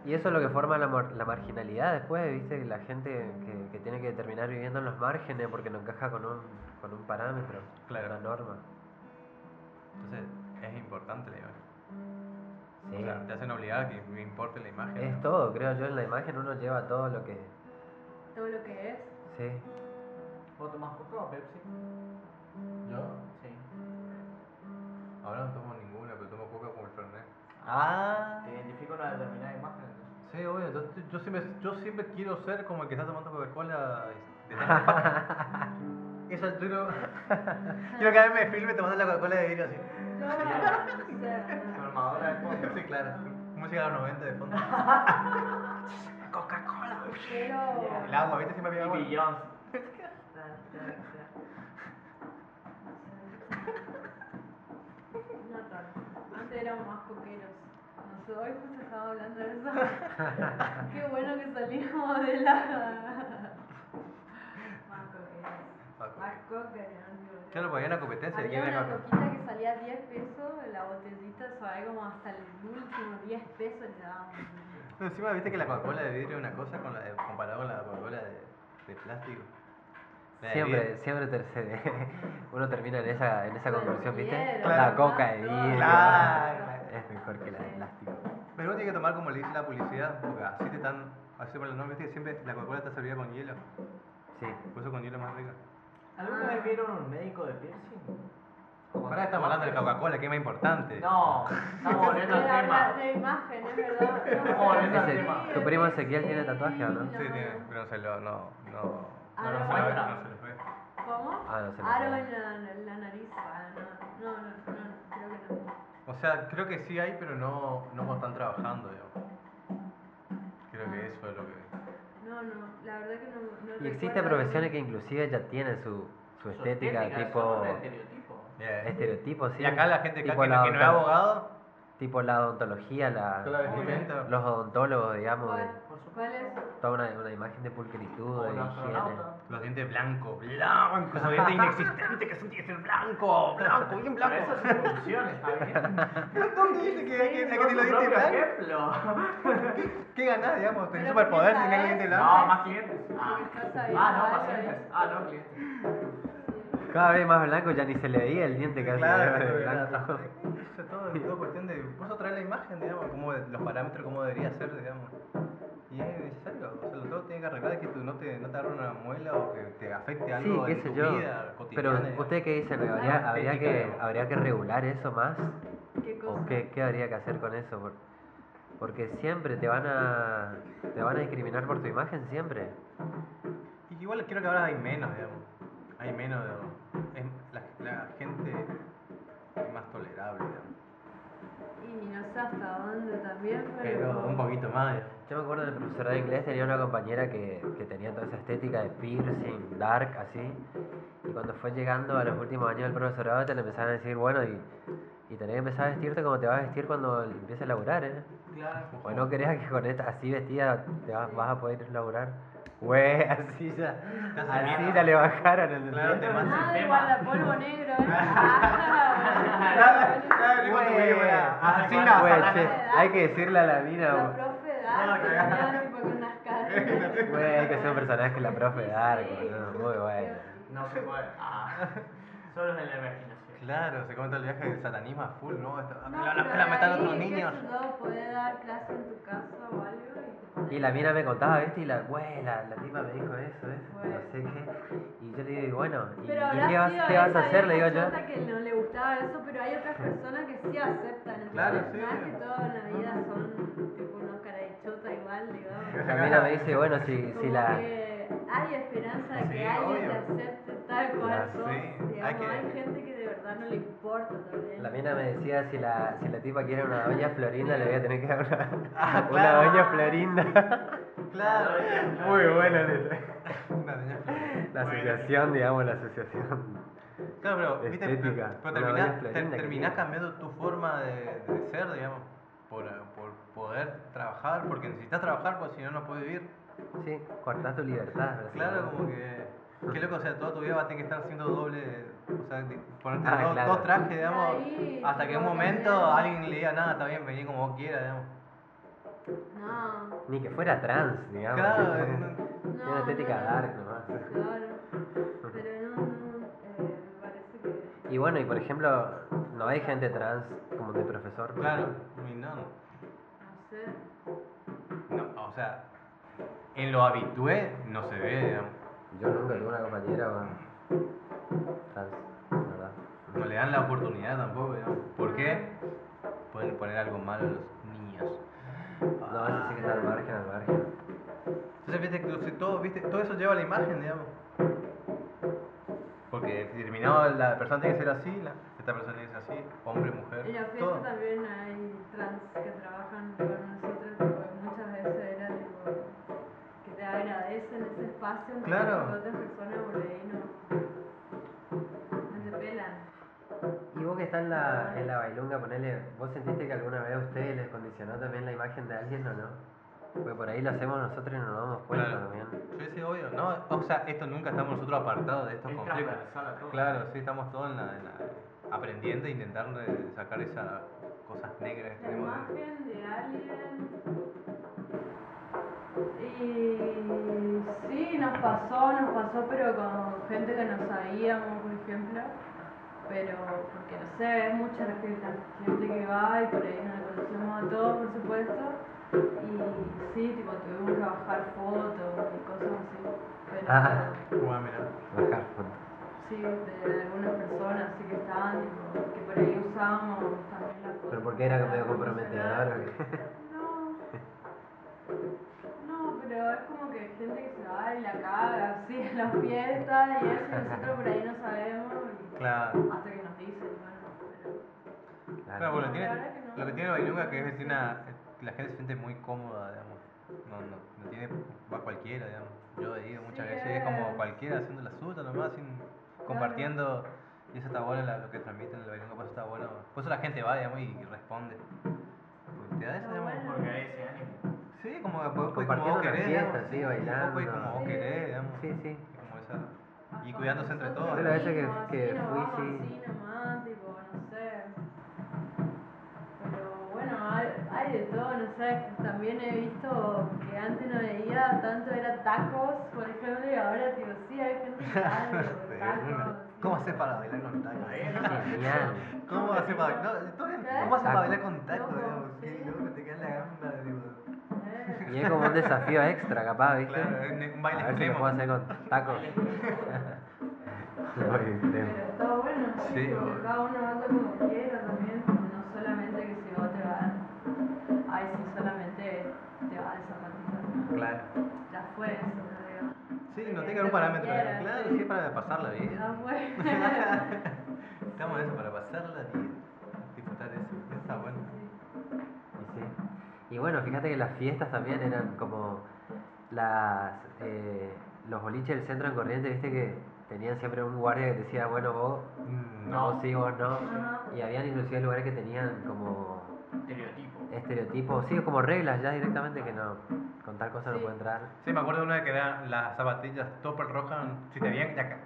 Speaker 1: Y eso es lo que forma la, mar- la marginalidad después, viste, la gente que, que tiene que terminar viviendo en los márgenes porque no encaja con un, con un parámetro,
Speaker 2: Claro.
Speaker 1: una norma.
Speaker 2: entonces, es importante la imagen.
Speaker 1: Sí.
Speaker 2: O sea, te hacen obligar a que me importe la imagen.
Speaker 1: es
Speaker 2: ¿no?
Speaker 1: todo, creo yo, en la imagen uno lleva todo lo que...
Speaker 3: Todo lo que es.
Speaker 1: Sí.
Speaker 5: ¿Vos tomás coca o Pepsi?
Speaker 2: Yo
Speaker 5: Sí.
Speaker 2: ahora no tomo ninguna, pero tomo coca como el Fernet.
Speaker 5: Ah. Te identifico una determinada imagen. entonces.
Speaker 2: Sí, obvio. Yo, yo siempre, yo siempre quiero ser como el que está tomando Coca-Cola. este, de tapa en tapa. Eso yo quiero. quiero que a mí me filme tomando la Coca-Cola de vidrio así.
Speaker 3: Yo no sé,
Speaker 5: Tu
Speaker 3: no.
Speaker 5: armadora de fondo.
Speaker 2: Sí, claro. Música de los 90 de fondo. Coca-Cola.
Speaker 3: Quiero...
Speaker 2: El agua, ¿viste? Siempre había agua.
Speaker 5: Y Beyoncé.
Speaker 3: No tanto. Antes éramos más coqueros. Nosotros hoy justo estábamos hablando de eso. Qué bueno que salimos de la. Más coqueros.
Speaker 2: Ah, ok.
Speaker 3: Más coqueros. boludo.
Speaker 2: Claro,
Speaker 1: ¿eh?
Speaker 2: porque había una competencia de
Speaker 3: Había
Speaker 2: quién era
Speaker 3: una
Speaker 2: Coca-Cola.
Speaker 3: coquita que salía 10 pesos, la botellita, o sea, algo como hasta el último 10 pesos le dábamos.
Speaker 2: No, encima viste que la Coca-Cola de vidrio es una cosa con la de- comparado con la Coca-Cola de, de plástico. La de
Speaker 1: Siempre,
Speaker 2: vidrio.
Speaker 1: siempre tercede. uno termina en esa, en esa
Speaker 3: Pero
Speaker 1: conclusión, ¿viste?
Speaker 3: quiero,
Speaker 1: La
Speaker 3: ¿no?
Speaker 1: coca de
Speaker 3: Todo.
Speaker 1: vidrio
Speaker 2: Claro.
Speaker 1: es mejor que la de plástico.
Speaker 2: Pero uno tiene que tomar como le dice la publicidad, porque así te están. Así por la norma, viste que siempre la Coca-Cola está servida con hielo.
Speaker 1: Sí.
Speaker 2: Por eso con hielo es más rica.
Speaker 5: ¿Alguna vez vieron un médico de piercing?
Speaker 2: Ahora estamos hablando de la Coca-Cola, que es más importante.
Speaker 5: No, estamos volviendo al
Speaker 3: Era
Speaker 5: tema.
Speaker 3: la, la imagen, es verdad. No,
Speaker 5: Como
Speaker 3: sé.
Speaker 5: en ese
Speaker 3: Sí,
Speaker 5: tema.
Speaker 1: ¿Tu primo
Speaker 3: sí,
Speaker 1: Ezequiel tiene tatuaje o no?
Speaker 2: Sí, tiene, pero no se lo. No, no.
Speaker 3: Ah,
Speaker 2: no,
Speaker 3: no.
Speaker 2: se lo ve, no se lo ve.
Speaker 3: ¿Cómo?
Speaker 1: Ah, no se me
Speaker 3: Aro
Speaker 1: ocurre.
Speaker 3: en la, la- la nariz. Ah, no, no, no, no, no, creo que no.
Speaker 2: O sea, creo que sí hay, pero no, no cuando están trabajando, digamos. Creo que eso es lo que.
Speaker 3: No, no, la verdad que no. no
Speaker 1: Y existe
Speaker 3: recuerdo
Speaker 1: profesiones que inclusive ya tienen su, su estética, tipo
Speaker 5: Es un estereotipo.
Speaker 2: Yeah.
Speaker 1: este estereotipos, sí.
Speaker 2: Y acá la gente acá
Speaker 1: tipo
Speaker 2: que, no- que no es
Speaker 1: odonto-
Speaker 2: abogado,
Speaker 1: Tipo la odontología, la,
Speaker 2: Toda la vestimenta.
Speaker 1: los odontólogos, digamos, de-
Speaker 3: ¿Cuál,
Speaker 5: Por supuesto.
Speaker 3: cuál es?
Speaker 1: toda una, una imagen de pulcritud,
Speaker 5: O
Speaker 1: de
Speaker 5: un
Speaker 1: higiene.
Speaker 5: astronauta.
Speaker 2: los dientes blancos, blancos, esos dientes inexistentes que son tienen que ser blanco, blanco, bien
Speaker 5: Pero
Speaker 2: blanco.
Speaker 5: eso es producción, está bien.
Speaker 2: ¿Dónde dice que hay que, hay que tener los dientes blancos?
Speaker 5: ejemplo.
Speaker 2: ¿Qué ganás, digamos? Tenés
Speaker 3: Pero
Speaker 2: superpoder si
Speaker 3: porque
Speaker 2: tenés los dientes
Speaker 3: sabes-
Speaker 2: blancos.
Speaker 5: No, más clientes. Ah,
Speaker 3: Estás
Speaker 5: Ah,
Speaker 3: sabiendo
Speaker 5: no,
Speaker 3: algo,
Speaker 5: pacientes.
Speaker 3: ¿eh?
Speaker 5: Ah, no, clientes.
Speaker 1: Cada vez más blanco ya ni se le veía el diente casi.
Speaker 2: Claro,
Speaker 1: de
Speaker 2: claro,
Speaker 1: blanco.
Speaker 2: claro. Eso todo es todo cuestión de. Por eso trae la imagen, digamos, como de- los parámetros, cómo debería ser, digamos. Y es necesario, o sea, lo todo tiene que arreglar que tú no te, no te agarre una muela o que te afecte
Speaker 1: Sí,
Speaker 2: algo
Speaker 1: qué
Speaker 2: en
Speaker 1: sé
Speaker 2: tu
Speaker 1: yo.
Speaker 2: vida cotidiana.
Speaker 1: Pero,
Speaker 2: digamos.
Speaker 1: ¿ustedes qué dicen? ¿Habría, habría,
Speaker 2: estética,
Speaker 1: que,
Speaker 2: digamos.
Speaker 1: ¿Habría que regular eso más?
Speaker 3: ¿Qué cosa?
Speaker 1: ¿O qué, qué habría que hacer con eso? Por- Porque siempre te van a te van a discriminar por tu imagen, siempre.
Speaker 2: Y que igual creo que ahora hay menos, digamos. Hay menos, digamos. Es- la, la gente es más tolerable, digamos.
Speaker 3: Y no sé hasta dónde también, pero.
Speaker 2: Pero un poquito más, digamos.
Speaker 1: Yo me acuerdo en el profesor de inglés tenía una compañera que, que tenía toda esa estética de piercing, dark, así. Y cuando fue llegando a los últimos años del profesorado te le empezaban a decir, bueno, y, y tenés que empezar a vestirte como te vas a vestir cuando empieces a laburar, ¿eh?
Speaker 5: Claro.
Speaker 1: O no creas que con esta así vestida te vas, vas a poder laburar. Güey, así ya, así ya le bajaron el
Speaker 2: Claro, te mando-
Speaker 3: Ah,
Speaker 5: el
Speaker 3: igual
Speaker 5: tema.
Speaker 3: la polvo negro, ¿eh? Ah, bueno.
Speaker 2: Asesina,
Speaker 1: Güey,
Speaker 2: Satanás.
Speaker 1: che, hay que decirle a la mina,
Speaker 3: La
Speaker 1: güey.
Speaker 3: profe da, que tenía tipo con unas caras.
Speaker 1: Güey, hay que ser un personaje la profe
Speaker 3: Sí,
Speaker 1: Dark,
Speaker 3: sí.
Speaker 1: boludo, muy bueno.
Speaker 5: No se puede. Ah. Solo es en la imaginación.
Speaker 2: Claro, se comenta el viaje del satanismo a full, ¿no? Esta-
Speaker 3: No,
Speaker 2: la- la-
Speaker 3: pero
Speaker 2: la mataron a
Speaker 3: ahí,
Speaker 2: otros
Speaker 3: qué
Speaker 2: niños.
Speaker 3: sé yo, podés dar clase en tu casa o algo y te pones-
Speaker 1: Y la mina me contaba, ¿viste? Y la, güey, la, la tipa me dijo eso, eso,
Speaker 3: Bueno.
Speaker 1: no sé qué. Y yo le digo, bueno, ¿y,
Speaker 3: Pero
Speaker 1: y
Speaker 3: habrá
Speaker 1: qué, vas,
Speaker 3: sido
Speaker 1: qué vas
Speaker 3: esa
Speaker 1: a hacer? Le digo
Speaker 3: vieja
Speaker 1: yo.
Speaker 3: chota que no le gustaba eso, pero hay otras personas que sí aceptan. entonces,
Speaker 2: Claro, sí.
Speaker 3: No es que toda la vida son tipo unos caradichota igual, digamos.
Speaker 1: La mina me dice, bueno, si, si
Speaker 3: Como
Speaker 1: la...
Speaker 3: que hay esperanza de que
Speaker 2: Sí,
Speaker 3: alguien te
Speaker 2: obvio.
Speaker 3: acepte tal cual
Speaker 1: Claro,
Speaker 3: sos.
Speaker 2: sí,
Speaker 3: digamos,
Speaker 2: hay
Speaker 3: hay,
Speaker 2: que-
Speaker 3: gente que de verdad no le importa también.
Speaker 1: La mina me decía, si la, si la tipa quiere una doña Florinda, le voy a tener que dar una,
Speaker 2: Ah,
Speaker 1: una
Speaker 2: claro.
Speaker 1: doña Florinda.
Speaker 2: Claro,
Speaker 1: Muy buena letra.
Speaker 2: Una doña Florinda.
Speaker 1: La
Speaker 2: Bueno.
Speaker 1: asociación, digamos, la asociación.
Speaker 2: Claro, pero, viste,
Speaker 1: Estética.
Speaker 2: pero, pero
Speaker 1: Una
Speaker 2: terminás-
Speaker 1: doña Florinda
Speaker 2: ter-
Speaker 1: que
Speaker 2: terminás
Speaker 1: tiene.
Speaker 2: cambiando tu forma de, de ser, digamos, por, por poder trabajar, porque necesitas trabajar, porque si no, no puedes vivir.
Speaker 1: Sí, cortás tu libertad.
Speaker 2: Claro,
Speaker 1: básicamente.
Speaker 2: como que. Qué loco, o sea, toda tu vida vas a tener que estar haciendo doble. O sea, di- ponerte
Speaker 1: Ah,
Speaker 2: dos,
Speaker 1: claro.
Speaker 2: dos trajes, digamos,
Speaker 3: Ahí,
Speaker 2: hasta que en un
Speaker 3: tipo,
Speaker 2: momento
Speaker 3: también.
Speaker 2: alguien le diga, nada, está bien, vení como vos quieras, digamos.
Speaker 3: No, no.
Speaker 1: Ni que fuera trans, digamos.
Speaker 2: Claro, es-
Speaker 1: Tiene una estética
Speaker 3: no, no.
Speaker 1: dark nomás.
Speaker 3: Claro. Pero no, no. eh, me parece que.
Speaker 1: Y bueno, y por ejemplo, no hay gente trans como de profesor. por
Speaker 2: claro,
Speaker 1: ejemplo.
Speaker 2: y no.
Speaker 3: No sé.
Speaker 2: No, o sea, en lo habitué no se ve, digamos.
Speaker 1: Yo nunca tuve una compañera bueno, trans, la verdad.
Speaker 2: No le dan la oportunidad tampoco, digamos. ¿Por qué? Pueden poner algo malo a los niños.
Speaker 1: No, eso sí que está al margen, al margen.
Speaker 2: Entonces, viste, que si todo, viste, todo eso lleva a la imagen, digamos. Porque si terminado la persona tiene que ser así, la, esta persona tiene que ser así, hombre, mujer,
Speaker 3: En la fiesta
Speaker 2: todo.
Speaker 3: también hay trans que trabajan con nosotros, porque muchas veces era tipo que te agradecen ese espacio en
Speaker 2: Claro.
Speaker 3: que otras personas por ahí no, no te pelan.
Speaker 1: Y vos que estás en la, en la bailunga, ponele, ¿vos sentiste que alguna vez a ustedes les condicionó también la imagen de alguien o no? Porque por ahí lo hacemos nosotros y no nos damos cuenta
Speaker 2: Claro.
Speaker 1: también.
Speaker 2: Yo ese obvio, ¿no? O sea, esto nunca estamos nosotros apartados de estos
Speaker 5: Es
Speaker 2: conflictos.
Speaker 5: transversal a todo.
Speaker 2: Claro, sí, estamos todos en la, en la- aprendiendo e intentando de sacar esas cosas negras que
Speaker 3: La
Speaker 2: tenemos. dentro.
Speaker 3: imagen de alguien. Y sí, nos pasó, nos pasó, pero con gente que no sabíamos, por ejemplo. Pero, porque no sé, es mucha la gente, la gente que va y por ahí no la conocemos a todos, por supuesto. Y sí, tipo, tuvimos que bajar fotos y cosas así. Pero,
Speaker 1: Ah.
Speaker 2: Bueno, mira.
Speaker 1: Bajar fotos.
Speaker 3: Sí, de algunas personas, así que estaban, tipo, que por ahí usábamos también las fotos.
Speaker 1: Pero porque era
Speaker 3: para
Speaker 1: medio comprometedor.
Speaker 3: promocionar.
Speaker 1: ¿o qué?
Speaker 3: No, no, pero es como que gente que se va y la caga, así en la fiesta y eso, y nosotros por ahí no sabemos, y
Speaker 2: Claro.
Speaker 3: hasta que nos dicen, bueno,
Speaker 2: Claro, bueno,
Speaker 3: No,
Speaker 2: tiene,
Speaker 3: la verdad que no.
Speaker 2: lo que tiene la bailunga que es que tiene una- la gente se siente muy cómoda, digamos. No, no, no tiene, va cualquiera, digamos. Yo he ido muchas
Speaker 3: Sí,
Speaker 2: veces y es como
Speaker 3: es.
Speaker 2: cualquiera haciendo la suya nomás, sin, compartiendo. Y eso está bueno, la- lo que transmiten en la bailunga, por eso está bueno. Por eso la gente va, digamos, y, y responde. Porque te da eso,
Speaker 3: Está
Speaker 2: digamos.
Speaker 3: Ah, bueno.
Speaker 5: Porque hay ese ánimo.
Speaker 2: Sí, como, pues, como, como
Speaker 1: Compartiendo
Speaker 2: vos
Speaker 1: una
Speaker 2: querés,
Speaker 1: fiesta,
Speaker 2: digamos.
Speaker 1: sí,
Speaker 2: un poco y
Speaker 1: bailando.
Speaker 2: como vos
Speaker 3: Sí. Ah,
Speaker 2: querés, digamos.
Speaker 1: Sí, sí.
Speaker 2: Como esa-
Speaker 3: pero...
Speaker 2: Y cuidándose entre todos.
Speaker 1: Yo la vez que- que fui,
Speaker 3: fui,
Speaker 1: sí.
Speaker 3: Así nomás, tipo, no sé. Pero bueno, hay, hay de todo, no sé, también he visto que antes no veía tanto, era tacos, por ejemplo, y ahora, tipo, sí, hay gente que sale
Speaker 2: De
Speaker 3: con tacos.
Speaker 2: una. ¿Cómo haces para bailar con tacos?
Speaker 5: Ahí,
Speaker 1: Genial.
Speaker 2: ¿Cómo haces para bailar? No, todo bien. Ah, ¿Cómo haces para bailar con tacos?
Speaker 3: Loco,
Speaker 2: digamos? Qué
Speaker 3: sí.
Speaker 2: loco, te queda la gamba, digo.
Speaker 3: Eh.
Speaker 1: Y es como un desafío extra, capaz, ¿viste?
Speaker 2: Claro, es un baile
Speaker 1: a ver si lo
Speaker 2: extremo.
Speaker 1: puedo hacer con tacos. Un baile
Speaker 3: Pero
Speaker 1: extremo.
Speaker 3: está bueno,
Speaker 2: Sí,
Speaker 3: sí, porque
Speaker 2: obvio.
Speaker 3: cada uno anda como quiera también, como no solamente que si vos te vas, ay, si solamente te vas de zapatillas, ¿no?
Speaker 2: Claro.
Speaker 3: ya fue eso, te digo.
Speaker 2: Sí, no tiene que haber un parámetro. digamos. Claro, sí, para pasarla
Speaker 3: Ya
Speaker 2: bien.
Speaker 3: fue.
Speaker 2: Estamos en eso, para pasarla bien. Disfrutar de eso. Está bueno.
Speaker 1: Y sí. Y bueno, fíjate que las fiestas también eran como las eh, los boliches del centro en corriente, viste que tenían siempre un guardia que decía, bueno, vos
Speaker 2: Mm,
Speaker 1: no,
Speaker 5: No.
Speaker 1: sí, vos no.
Speaker 3: Ajá.
Speaker 1: Y habían inclusive lugares que tenían como
Speaker 5: Estereotipo.
Speaker 1: estereotipos, sí, como reglas ya directamente que no, con tal cosa no
Speaker 3: Sí.
Speaker 1: puede entrar.
Speaker 2: Sí, me acuerdo una que era las zapatillas topper rojas. Si te veían, ya ca-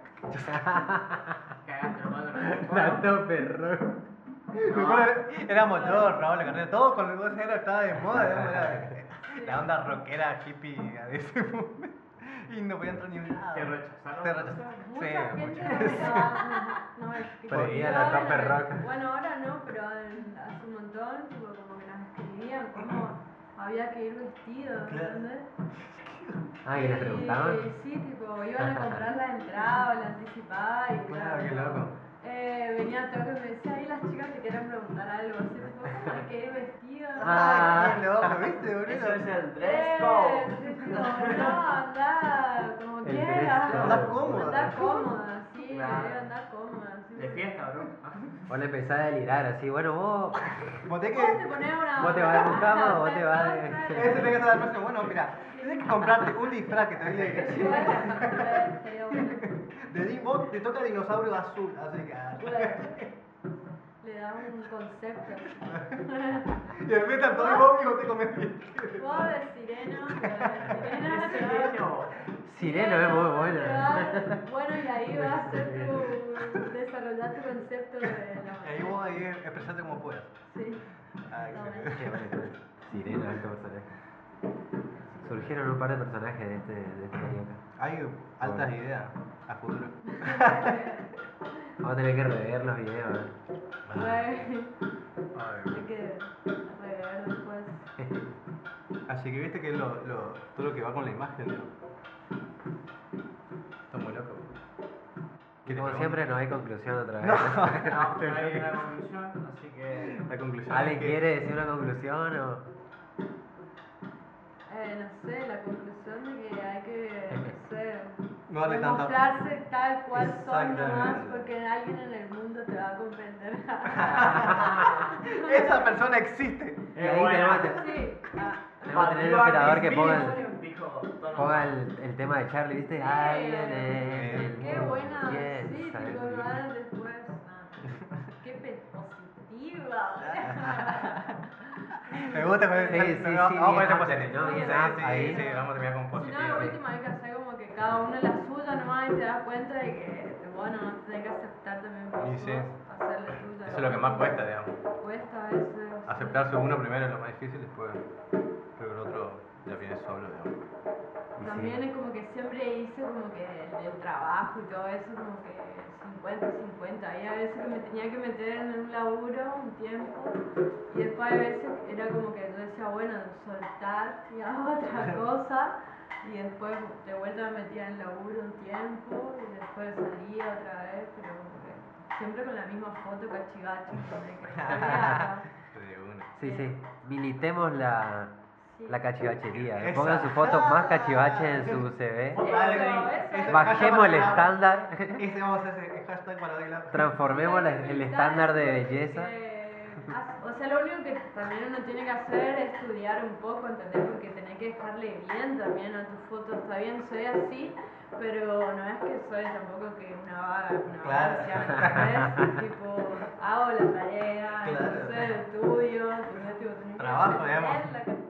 Speaker 5: Cagaste lo malo. ¿no?
Speaker 1: tope, roja.
Speaker 2: Me acuerdo, Éramos todos, Raúl, la carrera, todo con el voz negro estaba de moda, digamos, era la onda rockera hippie de ese momento. y no voy a entrar ni un lado.
Speaker 5: Te rechazaron.
Speaker 2: Te rechazaron.
Speaker 3: Mucha
Speaker 2: Sí, mucha.
Speaker 3: gente no está- no es que
Speaker 1: Pero
Speaker 3: yo-
Speaker 1: ir a
Speaker 3: no,
Speaker 1: la
Speaker 3: ahora
Speaker 1: Camper
Speaker 3: no-
Speaker 1: Rock.
Speaker 3: Bueno, ahora no, pero en- hace un montón, tipo, como que las escribían, cómo había que ir vestido, ¿entendés?
Speaker 1: Ah, ¿y les
Speaker 3: Y
Speaker 1: preguntaban?
Speaker 3: sí, tipo, iban a comprar la entrada o la anticipada y
Speaker 2: Claro, qué loco.
Speaker 3: Eh, venía todo que me decía, ahí las chicas te quieren preguntar algo, así tipo, ¿cómo hay que ir vestido?
Speaker 1: Ah.
Speaker 2: qué loco, ¿viste,
Speaker 5: Eso es
Speaker 2: boludo?
Speaker 5: el
Speaker 3: Eh,
Speaker 5: dress code.
Speaker 3: sí, tipo, no, anda como
Speaker 1: El dress
Speaker 3: quieras.
Speaker 1: code.
Speaker 2: Andá cómoda.
Speaker 3: Andá cómoda, sí,
Speaker 5: Claro.
Speaker 3: querés andar cómoda. Sí,
Speaker 5: De
Speaker 3: porque-
Speaker 5: fiesta, bro. Ah.
Speaker 1: Vos le empezás a delirar así, bueno, vos.
Speaker 2: Vos tenés
Speaker 3: Vos te
Speaker 2: que.
Speaker 3: ponés una.
Speaker 1: Vos te vas de mucama o vos te vas de-
Speaker 2: Ese tenés que estar al próximo. Bueno, mira, tenés que comprarte un disfraz que te doy de de di- Vos te toca dinosaurio azul, así que. ah.
Speaker 3: Le da un concepto.
Speaker 2: Y de repente a todo el público te comes.
Speaker 3: Vos de sireno, vos de sirena, te va-
Speaker 5: Sireno.
Speaker 1: Sireno es muy bueno.
Speaker 3: te va- Bueno, y ahí vas a hacer tu. desarrollar tu concepto de la.
Speaker 2: Y ahí vos ahí expresate como puedas.
Speaker 3: Sí.
Speaker 2: Ah, excelente.
Speaker 1: Che, vale, vale. Sireno, alto personaje. Surgieron un par de personajes de este, de este carioca.
Speaker 2: Hay altas ideas a futuro.
Speaker 1: Vamos a tener que rever los videos. ¿eh?
Speaker 3: Bueno,
Speaker 2: Ay.
Speaker 3: hay que rever después.
Speaker 2: Así que viste que lo, lo, todo lo que va con la imagen, ¿no? Está muy loco. ¿Qué te
Speaker 1: Como
Speaker 2: pregunto?
Speaker 1: siempre, no hay conclusión otra vez.
Speaker 5: No, no hay una conclusión, así que.
Speaker 2: La conclusión. es
Speaker 1: ¿Alguien
Speaker 2: que-
Speaker 1: quiere decir una conclusión o.?
Speaker 3: Eh, no sé, la conclusión de que hay que no sé,
Speaker 2: No darle tanto-
Speaker 3: demostrarse tal cual son nomás,
Speaker 2: Exactamente.
Speaker 3: porque alguien en el mundo te va a comprender.
Speaker 2: Esa persona existe.
Speaker 1: Y ahí tenemos que te-
Speaker 3: sí, ah,
Speaker 1: tenemos que tener el operador que ponga el,
Speaker 5: Dijo,
Speaker 1: ponga el, el tema de Charlie, ¿viste? Alguien en el
Speaker 3: eh, qué
Speaker 1: mundo.
Speaker 3: buena,
Speaker 1: Yes,
Speaker 3: sí,
Speaker 1: I
Speaker 3: tipo, lo
Speaker 1: believe.
Speaker 3: harán después. ah, qué pe- positiva.
Speaker 2: Me gusta con
Speaker 1: Sí, sí, sí,
Speaker 2: Vamos a poner
Speaker 1: bien
Speaker 2: positivo.
Speaker 1: up, ¿no?
Speaker 2: Sí,
Speaker 1: Bien
Speaker 2: sí,
Speaker 1: up,
Speaker 2: sí,
Speaker 1: ahí.
Speaker 2: sí, vamos a terminar con
Speaker 3: si
Speaker 2: positivo.
Speaker 3: no, de última hay que hacer como que cada uno la suya nomás y te das cuenta de que, bueno, tenés que aceptar también por
Speaker 2: Y
Speaker 3: vos,
Speaker 2: sí.
Speaker 3: hacer la tuya.
Speaker 2: Eso es lo que más cuesta, digamos.
Speaker 3: Cuesta eso.
Speaker 2: Aceptarse uno primero es lo más difícil, después creo que el otro ya viene solo, digamos.
Speaker 1: Y sí.
Speaker 3: También es como que siempre hice como que el, el trabajo y todo eso, como que 50-50. Y a veces que me tenía que meter en un laburo un tiempo y después a veces era como que yo decía, bueno, soltar y hago otra cosa. Y después de vuelta me metía en el laburo un tiempo y después salía otra vez, pero como que siempre con la misma foto cachigacho. como de que salía,
Speaker 2: De una.
Speaker 1: Sí, sí. Militemos la,
Speaker 3: sí.
Speaker 1: la cachivachería. ¿eh?
Speaker 2: Esa.
Speaker 1: Pongan sus fotos más cachivache en su CV.
Speaker 3: Eso, eso, eso.
Speaker 1: Bajemos el estándar.
Speaker 2: Ese Este vamos a hacer el hashtag para bailar.
Speaker 1: Transformemos la- el estándar de
Speaker 3: Porque,
Speaker 1: belleza.
Speaker 3: as- O sea, lo único que también uno tiene que hacer es estudiar un poco, ¿entendés? Porque tenés que dejarle bien también a tus fotos. Está bien, soy así, pero no es que soy tampoco que una vaga, una
Speaker 2: Claro.
Speaker 3: vaga, ¿entendés? tipo, hago la tarea,
Speaker 2: Claro.
Speaker 3: entonces estudio, ¿entendés? Tipo, tenés que
Speaker 2: Trabajo, digamos.
Speaker 3: aprenderla, que-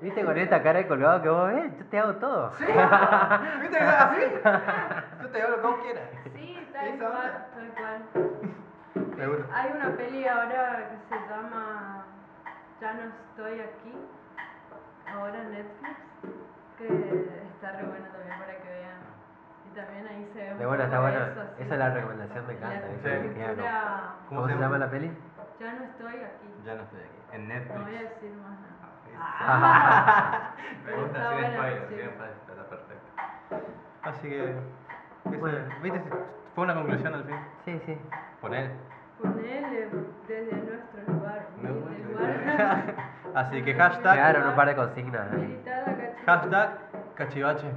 Speaker 1: ¿Viste con esta cara de colgado que vos ves? Yo te hago todo.
Speaker 2: ¿Viste que es así? Yo te hablo como quieras.
Speaker 3: Sí, tal
Speaker 2: Esa
Speaker 3: cual,
Speaker 2: onda.
Speaker 3: tal cual.
Speaker 2: Me gusta.
Speaker 3: Hay una peli ahora que se llama Ya no estoy aquí, ahora en Netflix, que está re buena también para que vean. Y también ahí se ve un
Speaker 1: De bueno, está
Speaker 3: poco
Speaker 1: bueno.
Speaker 3: eso, así.
Speaker 1: Esa es la recomendación, me encanta.
Speaker 3: La
Speaker 1: ¿viste?
Speaker 2: Sí.
Speaker 1: Cristiano.
Speaker 3: cultura,
Speaker 1: ¿Cómo se llama la peli?
Speaker 3: Ya no estoy aquí,
Speaker 2: Ya no estoy aquí. En
Speaker 3: no voy a
Speaker 2: Netflix. Ah.
Speaker 3: decir más nada.
Speaker 2: Me gusta
Speaker 3: Está
Speaker 2: sin
Speaker 3: bueno,
Speaker 2: spoiler,
Speaker 3: sí.
Speaker 2: sin spoiler. Está perfecto. Así que. eso,
Speaker 1: Bueno.
Speaker 2: ¿Viste? Fue una conclusión al fin.
Speaker 1: Sí, sí.
Speaker 2: Poner.
Speaker 3: Ponele desde nuestro lugar,
Speaker 2: No,
Speaker 3: desde el
Speaker 2: no,
Speaker 3: lugar.
Speaker 2: no. Así que hashtag.
Speaker 1: Quedaron un par de consignas. ahí.
Speaker 3: Militar la cachucha.
Speaker 2: Hashtag cachivache.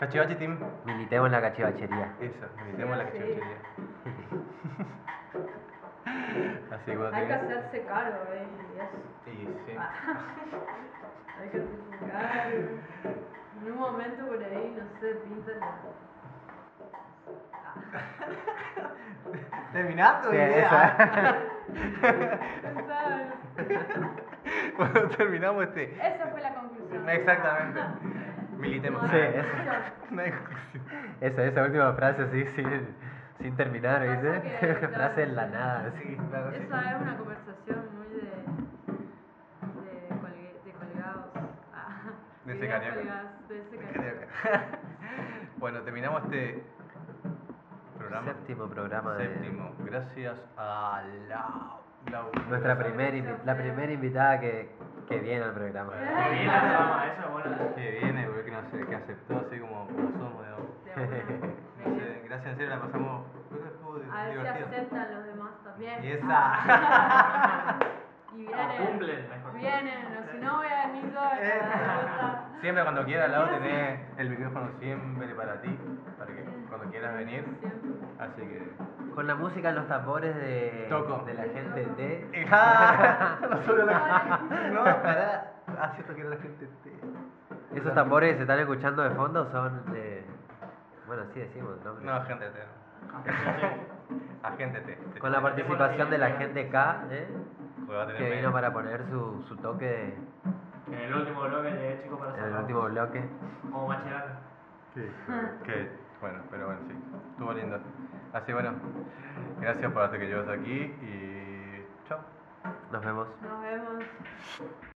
Speaker 2: Cachivache team.
Speaker 1: Militemos la cachivachería.
Speaker 2: Eso, necesitamos la
Speaker 3: Sí.
Speaker 2: cachivachería. Así que bueno,
Speaker 3: Hay que Ah.
Speaker 2: tenés-
Speaker 3: hacerse cargo, eh, y eso.
Speaker 2: Sí, sí.
Speaker 3: Hay que simplificar. En un momento por ahí, no sé, pinta la.
Speaker 2: Terminad tu
Speaker 1: Sí,
Speaker 2: idea.
Speaker 3: Pensaba,
Speaker 2: Cuando terminamos este.
Speaker 3: Esa fue la conclusión.
Speaker 2: Exactamente.
Speaker 3: No
Speaker 2: Militemos.
Speaker 3: hay
Speaker 1: Sí,
Speaker 3: conclusión.
Speaker 2: No hay conclusión.
Speaker 1: Esa, esa última frase así, sin, sin terminar,
Speaker 3: Pasa
Speaker 1: ¿viste?
Speaker 3: que,
Speaker 1: frase en la
Speaker 3: claro.
Speaker 1: nada, así.
Speaker 3: Esa es una conversación muy de. de, colgue- de colgados. Ah.
Speaker 2: De ese
Speaker 3: carioca.
Speaker 2: carioca.
Speaker 3: De ese carioca.
Speaker 2: Carioca. bueno, terminamos este programa.
Speaker 1: Séptimo programa de-
Speaker 2: Séptimo. Gracias a la, la-
Speaker 1: Nuestra
Speaker 2: Rosa-
Speaker 1: primer invi- la primera invitada que, que viene al programa.
Speaker 5: Qué bien la trama, eso es bueno.
Speaker 2: que viene, porque no sé, que aceptó así como, como somos. digamos.
Speaker 3: De una.
Speaker 2: No sé, gracias en serio, la pasamos. creo que estuvo
Speaker 3: A ver si
Speaker 2: divertido.
Speaker 3: aceptan los demás también. Ah,
Speaker 2: Y esa.
Speaker 3: Y
Speaker 5: O
Speaker 3: vienen.
Speaker 5: cumplen mejor.
Speaker 3: Vienen, o si no voy a venir yo a la puta.
Speaker 2: Siempre cuando quieras, Lau, tenés el micrófono siempre para ti, para que cuando quieras venir.
Speaker 3: Siempre.
Speaker 2: Así que.
Speaker 1: Con la música en los tambores de,
Speaker 2: Toco.
Speaker 1: de la gente de...
Speaker 2: ¡Ja! No, solo la-
Speaker 3: Hola.
Speaker 2: no, pará. Ah, cierto que era la gente. te-
Speaker 1: Esos tambores que se están escuchando de fondo son de... Bueno, así decimos, ¿no?
Speaker 2: No, agente T. Agente T.
Speaker 1: Con la participación de la gente K, ¿eh?
Speaker 2: Porque va a tener
Speaker 1: que
Speaker 2: medio.
Speaker 1: vino para poner su, su toque de-
Speaker 5: En el último bloque llegué chico para
Speaker 1: en el
Speaker 5: cerrar.
Speaker 1: último bloque.
Speaker 5: Como machear.
Speaker 2: Que, bueno, pero bueno, sí. Estuvo lindo. Así bueno. Gracias por hasta que llevas aquí y. Chao.
Speaker 1: Nos vemos.
Speaker 3: Nos vemos.